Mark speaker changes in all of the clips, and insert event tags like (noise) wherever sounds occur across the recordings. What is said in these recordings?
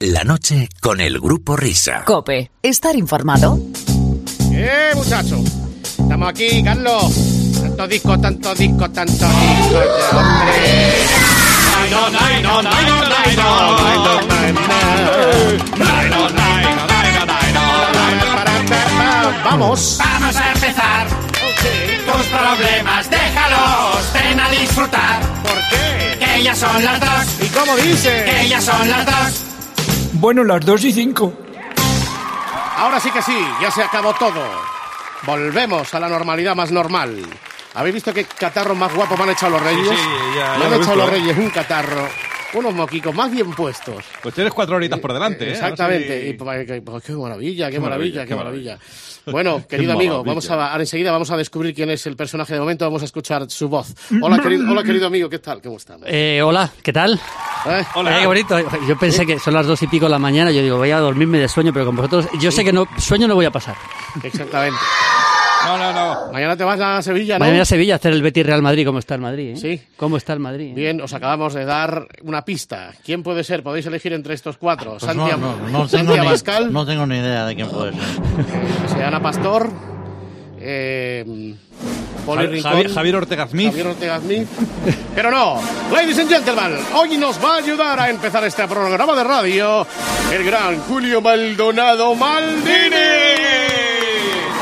Speaker 1: La noche con el grupo Risa.
Speaker 2: Cope, estar informado.
Speaker 3: ¡Eh, muchachos! Estamos aquí, Carlos. Tantos discos, tantos discos, tantos discos. ya, hombre. Vamos.
Speaker 4: Vamos a empezar. Tus problemas, déjalos. Ven a disfrutar.
Speaker 3: ¿Por qué?
Speaker 4: Que ya son las dos.
Speaker 3: ¿Y cómo dice?
Speaker 4: Que ya son las dos.
Speaker 5: Bueno, las 2 y 5.
Speaker 3: Ahora sí que sí, ya se acabó todo. Volvemos a la normalidad más normal. ¿Habéis visto qué catarro más guapo me han echado los reyes?
Speaker 6: sí, ya-
Speaker 3: me
Speaker 6: ya lo
Speaker 3: han
Speaker 6: he
Speaker 3: echado
Speaker 6: visto.
Speaker 3: los reyes un catarro. Unos moquicos más bien puestos.
Speaker 6: Pues tienes cuatro horitas por delante, ¿eh?
Speaker 3: Exactamente. Y,
Speaker 6: Ahora
Speaker 3: pues, que- pues, qué maravilla, qué maravilla,
Speaker 6: maravilla,
Speaker 3: qué
Speaker 6: qué
Speaker 3: maravilla.
Speaker 6: (laughs)
Speaker 3: Bueno, querido
Speaker 6: maravilla.
Speaker 3: amigo, vamos a, ahora enseguida vamos a descubrir quién es el personaje de momento, vamos a escuchar su voz. Hola, querido, hola, querido amigo, ¿qué tal? ¿Cómo estamos?
Speaker 7: Eh, hola, ¿qué tal?
Speaker 3: ¿Eh?
Speaker 6: Hola.
Speaker 7: Eh, qué bonito. Yo pensé que son las dos y pico de la mañana. Yo digo, voy a dormirme de sueño, pero con vosotros, yo sé que no sueño no voy a pasar.
Speaker 3: Exactamente.
Speaker 6: sí. No, no, no.
Speaker 3: Mañana te vas a Sevilla, ¿no?
Speaker 7: Mañana a Sevilla a hacer el Betis Real Madrid. ¿Cómo está el Madrid? eh?
Speaker 3: Sí.
Speaker 7: ¿Cómo está el Madrid? eh?
Speaker 3: Bien, os acabamos de dar una pista. ¿Quién puede ser? Podéis elegir entre estos cuatro.
Speaker 8: Pues no,
Speaker 3: Santiago,
Speaker 8: no, no tengo
Speaker 3: Santi
Speaker 8: ni-
Speaker 3: Abascal,
Speaker 8: no tengo ni idea de quién puede ser.
Speaker 3: eh, (laughs) Ana Pastor, eh, Poli
Speaker 6: Javi-
Speaker 3: Rincón,
Speaker 6: Javier, Javier Ortega Smith.
Speaker 3: Javier Ortega Smith. Pero no, ladies and gentlemen, hoy nos va a ayudar a empezar este programa de radio el gran Julio Maldonado Maldini.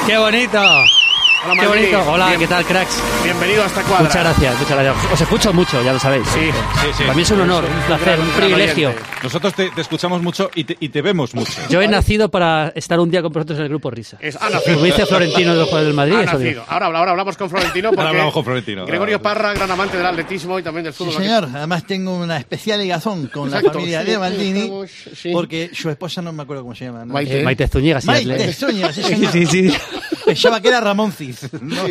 Speaker 7: ¡Qué bonito!
Speaker 3: Hola,
Speaker 7: ¡Qué
Speaker 3: Maldini.
Speaker 7: bonito! Hola,
Speaker 3: Bien-
Speaker 7: ¿qué tal, cracks?
Speaker 3: Bienvenido a esta cuadra.
Speaker 7: Muchas gracias, muchas gracias. Os escucho mucho, ya lo sabéis.
Speaker 3: Sí,
Speaker 6: sí, sí.
Speaker 7: Para mí es un honor, un placer,
Speaker 3: gran-
Speaker 7: un
Speaker 3: gran
Speaker 7: privilegio.
Speaker 3: oyente.
Speaker 6: Nosotros te, te escuchamos mucho y te, y te vemos mucho.
Speaker 7: Yo he nacido para estar un día con vosotros en el grupo Risa.
Speaker 3: Es- ha nacido.
Speaker 7: Como dice Florentino de los Juegos del Madrid,
Speaker 3: Ha
Speaker 7: eso digo.
Speaker 3: nacido. Ahora, ahora hablamos con Florentino porque
Speaker 6: Ahora hablamos con Florentino.
Speaker 3: Gregorio
Speaker 6: Ahora.
Speaker 3: Parra, gran amante del atletismo y también del
Speaker 8: Sí,
Speaker 3: fútbol.
Speaker 8: señor. Además tengo una especial ligazón con la
Speaker 3: Exacto,
Speaker 8: familia
Speaker 3: sí,
Speaker 8: de
Speaker 3: sí,
Speaker 8: Maldini,
Speaker 3: estamos- sí.
Speaker 8: porque su esposa no me acuerdo cómo se llama. ¿no?
Speaker 3: Maite.
Speaker 7: Eh, Maite Zúñiga, sí,
Speaker 8: Maite,
Speaker 7: atleta.
Speaker 8: Sonia, sí, señor.
Speaker 7: Sí, sí.
Speaker 8: Pensaba que era Ramoncis. ¿no?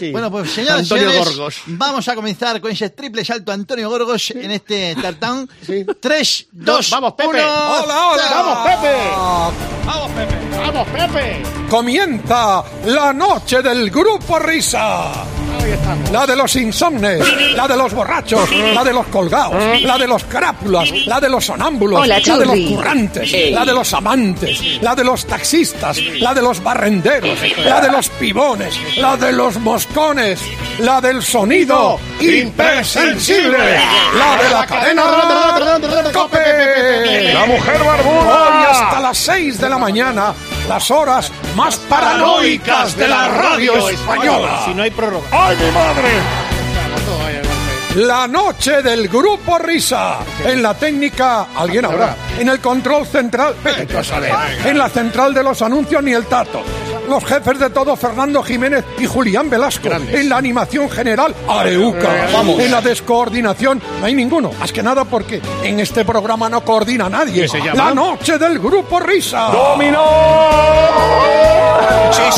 Speaker 3: Sí.
Speaker 8: Bueno, pues señoras y
Speaker 3: Antonio
Speaker 8: señores,
Speaker 3: Gorgos.
Speaker 8: vamos a comenzar con ese triple salto Antonio Gorgos en este tartán. 3, 2,
Speaker 3: Vamos, Pepe.
Speaker 8: ¡Hola,
Speaker 3: ¡Vamos, Pepe! ¡Vamos, Pepe!
Speaker 9: Comienza la noche del grupo Risa.
Speaker 3: ¡Ahí estamos!
Speaker 9: La de los insomnes, la de los borrachos, la de los colgados, la de los carápulas, la de los sonámbulos,
Speaker 2: Hola,
Speaker 9: la de los
Speaker 2: Churri.
Speaker 9: currantes, la de los amantes, la de los taxistas, la de los barrenderos, la de los pibones, la de los moscones, la del sonido impersensible, la de la cadena COPE. La mujer barbuda. Hoy hasta las 6 de la mañana, las horas más paranoicas de la radio española.
Speaker 3: Si no hay prórroga.
Speaker 9: ¡Ay, mi madre!
Speaker 3: Todo hay, Jorge.
Speaker 9: La noche del grupo Risa. En la técnica, alguien habrá. En el control central, vete tú a saber. En la central de los anuncios, ni el tato. Los jefes de todo, Fernando Jiménez y Julián Velasco. En la animación general,
Speaker 3: Eh,
Speaker 9: Areuca. Vamos. En la descoordinación, no hay ninguno. Más que nada porque en este programa no coordina nadie.
Speaker 3: se llama?
Speaker 9: La noche del grupo Risa.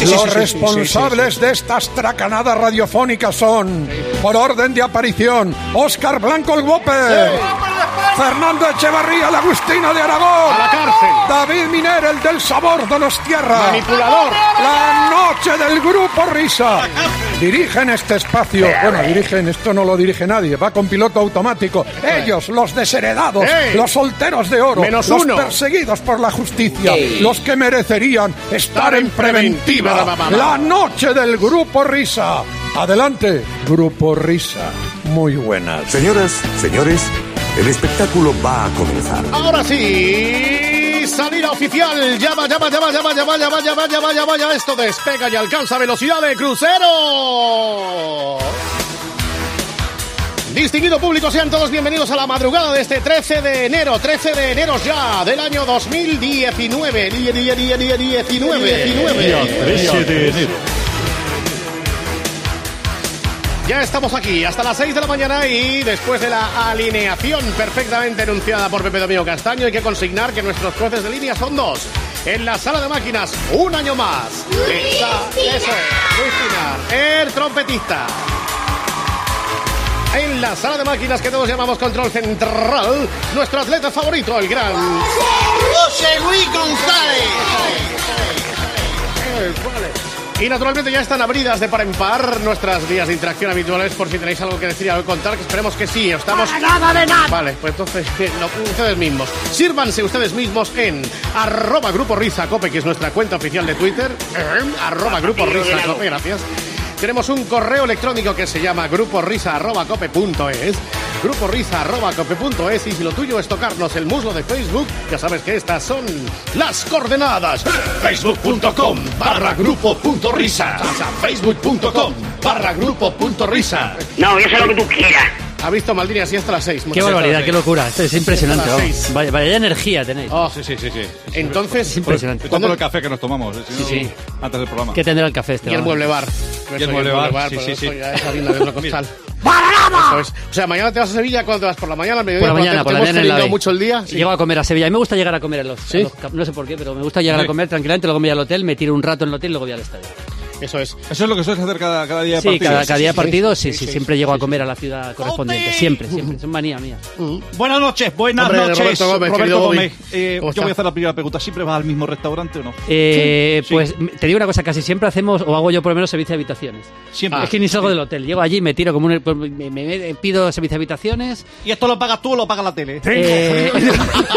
Speaker 9: Los responsables de estas tracanadas radiofónicas son, por orden de aparición, Óscar Blanco el Guope, Fernando Echevarría, la Agustina de Aragón,
Speaker 3: ¡A la cárcel!
Speaker 9: David Miner, el del sabor de los tierras,
Speaker 3: ¡Manipulador!
Speaker 9: la noche del grupo Risa. Dirigen este espacio. Bueno, dirigen, esto no lo dirige nadie. Va con piloto automático. Ellos, los desheredados,
Speaker 3: ¡Eh!
Speaker 9: los solteros de oro,
Speaker 3: Menos
Speaker 9: los
Speaker 3: uno.
Speaker 9: perseguidos por la justicia, los que merecerían estar en
Speaker 3: preventiva.
Speaker 9: preventiva. La noche del grupo Risa. Adelante, grupo Risa. Muy buenas.
Speaker 10: Señoras, señores, el espectáculo va a comenzar.
Speaker 3: Ahora sí, salida oficial. Llama, llama, llama, llama, llama, llama, llama, llama, llama, llama. Esto despega y alcanza velocidad de crucero. Distinguido público, sean todos bienvenidos a la madrugada de este 13 de enero, 13 de enero ya del año 2019. 19, 19. Ya estamos aquí hasta las 6 de la mañana y después de la alineación perfectamente enunciada por Pepe Domingo Castaño hay que consignar que nuestros jueces de línea son dos. En la sala de máquinas, un año más. Está-
Speaker 11: Eh,
Speaker 3: eso es, Luis Pinar, el trompetista. En la sala de máquinas que todos llamamos control central, nuestro atleta favorito, el gran...
Speaker 8: José Luis González.
Speaker 3: Eh, vale. Y naturalmente ya están abridas de para en par nuestras vías de interacción habituales por si tenéis algo que decir, algo que contar, que esperemos que sí. Estamos...
Speaker 4: nada de nada.
Speaker 3: Vale, pues entonces (laughs) no, ustedes mismos. Sírvanse ustedes mismos en arroba Grupo Risa Cope, que es nuestra cuenta oficial de Twitter. Eh,
Speaker 4: Em,
Speaker 3: Arroba Grupo Risa Cope, gracias. Tenemos un correo electrónico que se llama gruporisa.cope.es gruporisa.cope.es y si lo tuyo es tocarnos el muslo de Facebook, ya sabes que estas son las coordenadas. Facebook.com barra grupo.risa Facebook.com barra grupo.risa
Speaker 12: No, eso es lo que tú quieras.
Speaker 3: Ha visto Maldini así hasta las 6.
Speaker 7: Qué barbaridad, qué locura. Esto es impresionante.
Speaker 3: Hasta las
Speaker 7: vamos. Vaya, vaya energía tenéis.
Speaker 6: Sí, sí, sí, sí.
Speaker 3: Oh. Entonces,
Speaker 7: Es impresionante.
Speaker 6: Todo por el café que nos tomamos. eh, si no,
Speaker 7: Sí, sí.
Speaker 6: Antes del programa.
Speaker 7: ¿Qué tendrá el café este?
Speaker 3: Y el
Speaker 7: vamos?
Speaker 3: mueble bar.
Speaker 6: Y el mueble bar, sí, sí, sí. (laughs) Mira.
Speaker 3: Eso es. O sea, mañana te vas a Sevilla cuando te vas por la mañana, al
Speaker 7: Por
Speaker 3: mediodía,
Speaker 7: la mañana, por la
Speaker 3: tarde. ¿Te
Speaker 7: mañana en
Speaker 3: hemos
Speaker 7: la
Speaker 3: tenido
Speaker 7: B.
Speaker 3: mucho el día. Sí.
Speaker 7: Llego a comer a Sevilla. A mí me gusta llegar a comer a los, a los cap- No sé por qué, pero me gusta llegar a
Speaker 6: Sí.
Speaker 7: comer tranquilamente, luego me voy al hotel, me tiro un rato en el hotel y luego voy al estadio.
Speaker 3: Eso es.
Speaker 6: Eso es lo que sueles hacer cada, cada día de
Speaker 7: Sí,
Speaker 6: partido.
Speaker 7: cada, cada día de
Speaker 6: Sí, sí,
Speaker 7: partido, sí, sí, siempre llego a comer a la ciudad correspondiente. Siempre, siempre. Es una manía mía.
Speaker 6: Buenas noches, buenas
Speaker 3: Mm. Hombre,
Speaker 6: noches.
Speaker 3: Roberto Gómez, querido Bobby.
Speaker 6: Eh,
Speaker 3: ¿Cómo
Speaker 6: yo
Speaker 3: está?
Speaker 6: voy a hacer la primera pregunta. ¿Siempre vas al mismo restaurante o no?
Speaker 7: Eh,
Speaker 6: Sí, sí.
Speaker 7: Pues m- te digo una cosa, casi siempre hacemos, o hago yo por lo menos, servicio de habitaciones.
Speaker 6: Siempre.
Speaker 7: es que ni salgo del hotel, llego allí, me tiro como un... pues, Me, me- me pido servicio de habitaciones.
Speaker 8: ¿Y esto lo pagas tú o lo paga la tele?
Speaker 7: eh, (laughs)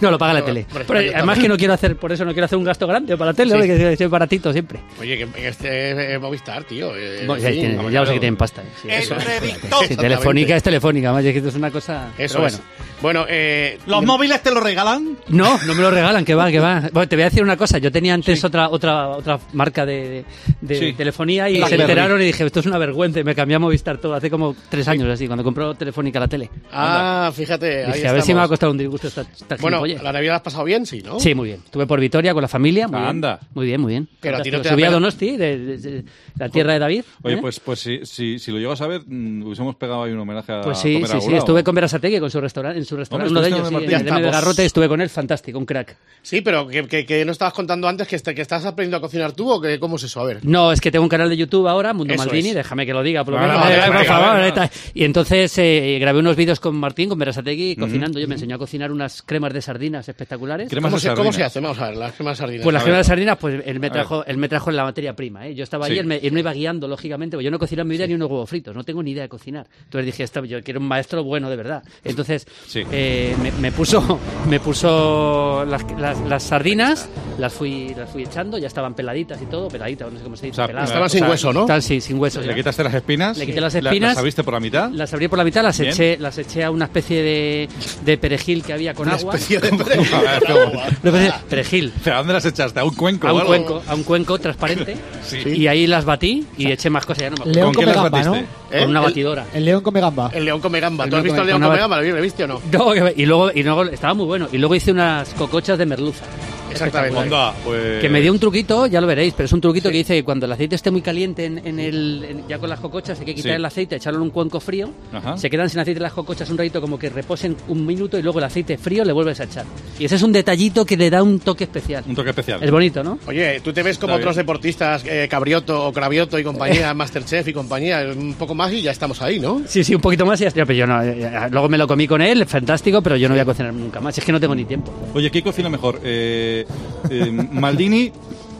Speaker 7: no, lo paga la tele.
Speaker 3: hombre,
Speaker 7: Pero
Speaker 3: claro,
Speaker 7: además
Speaker 3: claro.
Speaker 7: que no quiero hacer, por eso no quiero hacer un gasto grande para la tele,
Speaker 3: Sí.
Speaker 7: hombre, que es baratito siempre.
Speaker 3: Oye, que que este es Movistar, tío. eh,
Speaker 7: Bueno, ya,
Speaker 3: en fin,
Speaker 7: tienen-
Speaker 3: vamos,
Speaker 7: ya lo sé
Speaker 3: claro.
Speaker 7: que tienen pasta. eh, sí,
Speaker 3: Eso es.
Speaker 7: eso.
Speaker 8: Veredicto.
Speaker 7: Sí, telefónica es telefónica, más, es que esto es una cosa...
Speaker 3: Eso
Speaker 7: pero bueno.
Speaker 3: es. Bueno, eh,
Speaker 8: ¿Los móviles te lo regalan?
Speaker 7: No, no me lo regalan, que va, que va. Bueno, te voy a decir una cosa. Yo tenía antes otra otra otra marca de, de- de
Speaker 6: Sí.
Speaker 7: telefonía y se
Speaker 6: Blackberry.
Speaker 7: enteraron y dije, esto es una vergüenza. Y me cambié a Movistar todo hace como tres años así, cuando compró Telefónica la tele.
Speaker 3: ah, fíjate. Ahí
Speaker 7: Dije, a ver si me va a
Speaker 3: estamos.
Speaker 7: costar un disgusto esta, esta
Speaker 3: Bueno,
Speaker 7: gilipollez.
Speaker 3: la Navidad la has pasado bien, sí, ¿no?
Speaker 7: Sí, muy bien. Estuve por Vitoria con la familia. Muy
Speaker 6: Anda.
Speaker 7: Bien. Muy bien, muy bien.
Speaker 3: Pero a ti no
Speaker 7: Fantástico.
Speaker 3: te da
Speaker 7: Subí a
Speaker 3: pena.
Speaker 7: Donosti, de, de- de la tierra de David.
Speaker 6: Oye,
Speaker 7: ¿eh?
Speaker 6: pues, pues si, si, si lo llegas a ver, mm, hubiésemos pegado ahí un homenaje a
Speaker 7: Pues sí,
Speaker 6: comer a
Speaker 7: sí, sí.
Speaker 6: Gulao.
Speaker 7: Estuve con Verasategui con su restaurante, en su restaurante, uno de ellos,
Speaker 6: estuviste
Speaker 7: sí,
Speaker 6: con
Speaker 7: en
Speaker 6: Martín.
Speaker 7: el M de
Speaker 3: Ya estamos.
Speaker 7: Garrote, estuve con él, fantástico, un crack.
Speaker 3: Sí, pero que, que, que no estabas contando antes que, est- que estás aprendiendo a cocinar tú o que cómo es eso. A ver.
Speaker 7: No, es que tengo un canal de YouTube ahora, Mundo
Speaker 3: Eso
Speaker 7: Maldini,
Speaker 3: es.
Speaker 7: déjame que lo diga, por lo
Speaker 6: Vale,
Speaker 7: menos.
Speaker 6: vale,
Speaker 7: Eh,
Speaker 6: vale,
Speaker 7: por
Speaker 6: vale,
Speaker 7: favor,
Speaker 6: vale.
Speaker 7: eh, tal. Y entonces eh, grabé unos vídeos con Martín, con Berasategui, cocinando. Yo me enseñó a cocinar unas cremas de sardinas espectaculares.
Speaker 6: Crema-
Speaker 3: ¿Cómo
Speaker 6: de
Speaker 3: se, ¿Cómo
Speaker 6: sardinas.
Speaker 3: se hace? Vamos a ver, las cremas sardinas.
Speaker 7: Pues las
Speaker 3: A
Speaker 7: cremas
Speaker 3: ver.
Speaker 7: de sardinas, pues él me
Speaker 6: ver.
Speaker 7: trajo, él me trajo en la materia prima. ¿eh? Yo estaba
Speaker 6: Sí.
Speaker 7: ahí, él me, él me iba guiando, lógicamente, porque yo no he cocinado en mi vida ni unos huevos fritos, no tengo ni idea de cocinar. Entonces dije, "Esta- yo quiero un maestro bueno, de verdad. Entonces
Speaker 6: Sí.
Speaker 7: eh, me, me puso, (laughs) me puso las, las- las sardinas, las fui, las fui echando, ya estaban peladitas y todo, peladitas, no sé cómo se dice.
Speaker 6: sea,
Speaker 7: peladas.
Speaker 3: estaban sin hueso, ¿no?
Speaker 7: Estaban, sí, sin hueso.
Speaker 6: Le quitaste las espinas.
Speaker 7: Le quité las
Speaker 6: la-
Speaker 7: espinas.
Speaker 6: Las abriste por la mitad.
Speaker 7: Las abrí por la mitad, las
Speaker 6: Bien.
Speaker 7: eché, las eché a una especie de, de perejil que había con agua.
Speaker 3: Especie de-
Speaker 6: (laughs) A ver, ¿cómo?
Speaker 7: Una especie de perejil.
Speaker 6: ¿Pero a dónde las echaste? ¿A un cuenco?
Speaker 7: A
Speaker 6: o
Speaker 7: un,
Speaker 6: algo?
Speaker 7: cuenco, a un cuenco transparente.
Speaker 6: (laughs) Sí.
Speaker 7: Y ahí las batí y eché más cosas, ya no me acuerdo.
Speaker 6: ¿Con
Speaker 13: León
Speaker 6: qué
Speaker 13: come
Speaker 6: las
Speaker 13: gamba, ¿no?
Speaker 6: batiste?
Speaker 3: ¿Eh?
Speaker 7: Con una
Speaker 3: El-
Speaker 7: batidora.
Speaker 13: El león come gamba.
Speaker 3: El león come gamba.
Speaker 7: El
Speaker 3: ¿Tú has
Speaker 7: león
Speaker 3: visto
Speaker 7: come-
Speaker 3: el león
Speaker 7: con
Speaker 3: come
Speaker 7: una-
Speaker 3: gamba? ¿Lo habéis visto o no?
Speaker 7: No, que- y luego, y luego estaba muy bueno. Y luego hice unas cocochas de merluza.
Speaker 3: Exactamente.
Speaker 6: Onda, pues...
Speaker 7: Que me dio un truquito, ya lo veréis, pero es un truquito que dice que cuando el aceite esté muy caliente en, en el, en- ya con las cocochas hay que quitar
Speaker 6: Sí.
Speaker 7: el aceite, echarlo en un cuenco frío,
Speaker 6: Ajá.
Speaker 7: se quedan sin aceite las cocochas un ratito como que reposen un minuto y luego el aceite frío le vuelves a echar. Y ese es un detallito que le da un toque especial.
Speaker 6: un toque especial.
Speaker 7: Es bonito, ¿no?
Speaker 3: Oye, tú te ves como
Speaker 6: Está bien.
Speaker 3: otros deportistas, eh, Cabrioto o Cravioto y compañía, (laughs) Masterchef y compañía, un poco más y ya estamos ahí, ¿no?
Speaker 7: Sí, sí, un poquito más y ya- ya, pero yo no, eh, eh, luego me lo comí con él, fantástico, pero yo no voy a cocinar nunca más, es que no tengo ni tiempo.
Speaker 6: Oye, ¿qué cocina mejor? Eh, eh, ¿Maldini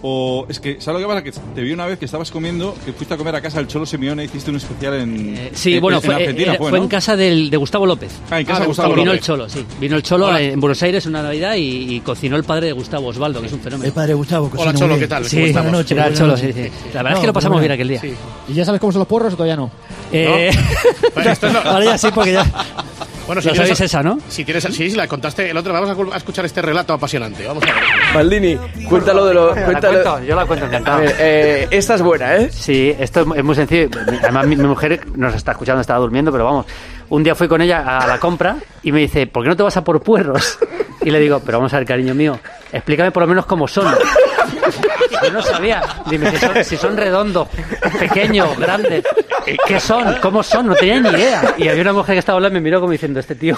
Speaker 6: o...? Es que, ¿sabes lo que pasa? Que te vi una vez que estabas comiendo, que fuiste a comer a casa del Cholo Simeone, hiciste un especial en...
Speaker 7: Eh, sí,
Speaker 6: en-
Speaker 7: bueno,
Speaker 6: en
Speaker 7: fue,
Speaker 6: Argentina,
Speaker 7: eh,
Speaker 6: fue,
Speaker 7: fue
Speaker 6: ¿no?
Speaker 7: en casa del- de Gustavo López.
Speaker 6: Ah, en casa
Speaker 3: Ah,
Speaker 6: de Gustavo
Speaker 7: Vino el
Speaker 6: López.
Speaker 7: Cholo, sí. Vino el Cholo eh, en Buenos Aires una Navidad y, y cocinó el padre de Gustavo Osvaldo, que es un fenómeno.
Speaker 13: El padre Gustavo.
Speaker 3: Hola,
Speaker 13: cocina muy
Speaker 3: Cholo,
Speaker 13: bien.
Speaker 3: ¿qué tal?
Speaker 7: Sí,
Speaker 3: ¿Cómo
Speaker 7: buenas
Speaker 3: estamos?
Speaker 13: noches,
Speaker 7: era el
Speaker 13: buenas
Speaker 7: Cholo,
Speaker 13: noches.
Speaker 7: sí, sí. La verdad es
Speaker 13: No,
Speaker 7: que lo pasamos bien
Speaker 13: fenomenal.
Speaker 7: aquel día.
Speaker 13: ¿Y ya sabes cómo son los porros o todavía no?
Speaker 7: Eh,
Speaker 3: Pero esto no-
Speaker 7: Ahora ya sí, porque ya.
Speaker 3: Bueno,
Speaker 7: Lo
Speaker 3: tienes-
Speaker 7: sabéis esa, ¿no?
Speaker 3: Si tienes, sí, sí, la contaste el otro. Vamos a cul- a escuchar este relato apasionante. Vamos a ver.
Speaker 14: Maldini, cuéntalo de los. Cuéntalo.
Speaker 7: yo la cuento
Speaker 14: A ver, eh, esta es buena, ¿eh?
Speaker 7: Ah. Sí, esto es mu- es muy sencillo. Además, mi, mi mujer nos está escuchando, estaba durmiendo, pero vamos. Un día fui con ella a la compra y me dice, ¿por qué no te vas a por puerros? Y le digo, pero vamos a ver, cariño mío, explícame por lo menos cómo son. (laughs) Yo no sabía. Dime, si son, si son redondos, pequeños, grandes, ¿qué son? ¿Cómo son? No tenía ni idea. Y había una mujer que estaba hablando y me miró como diciendo, este tío...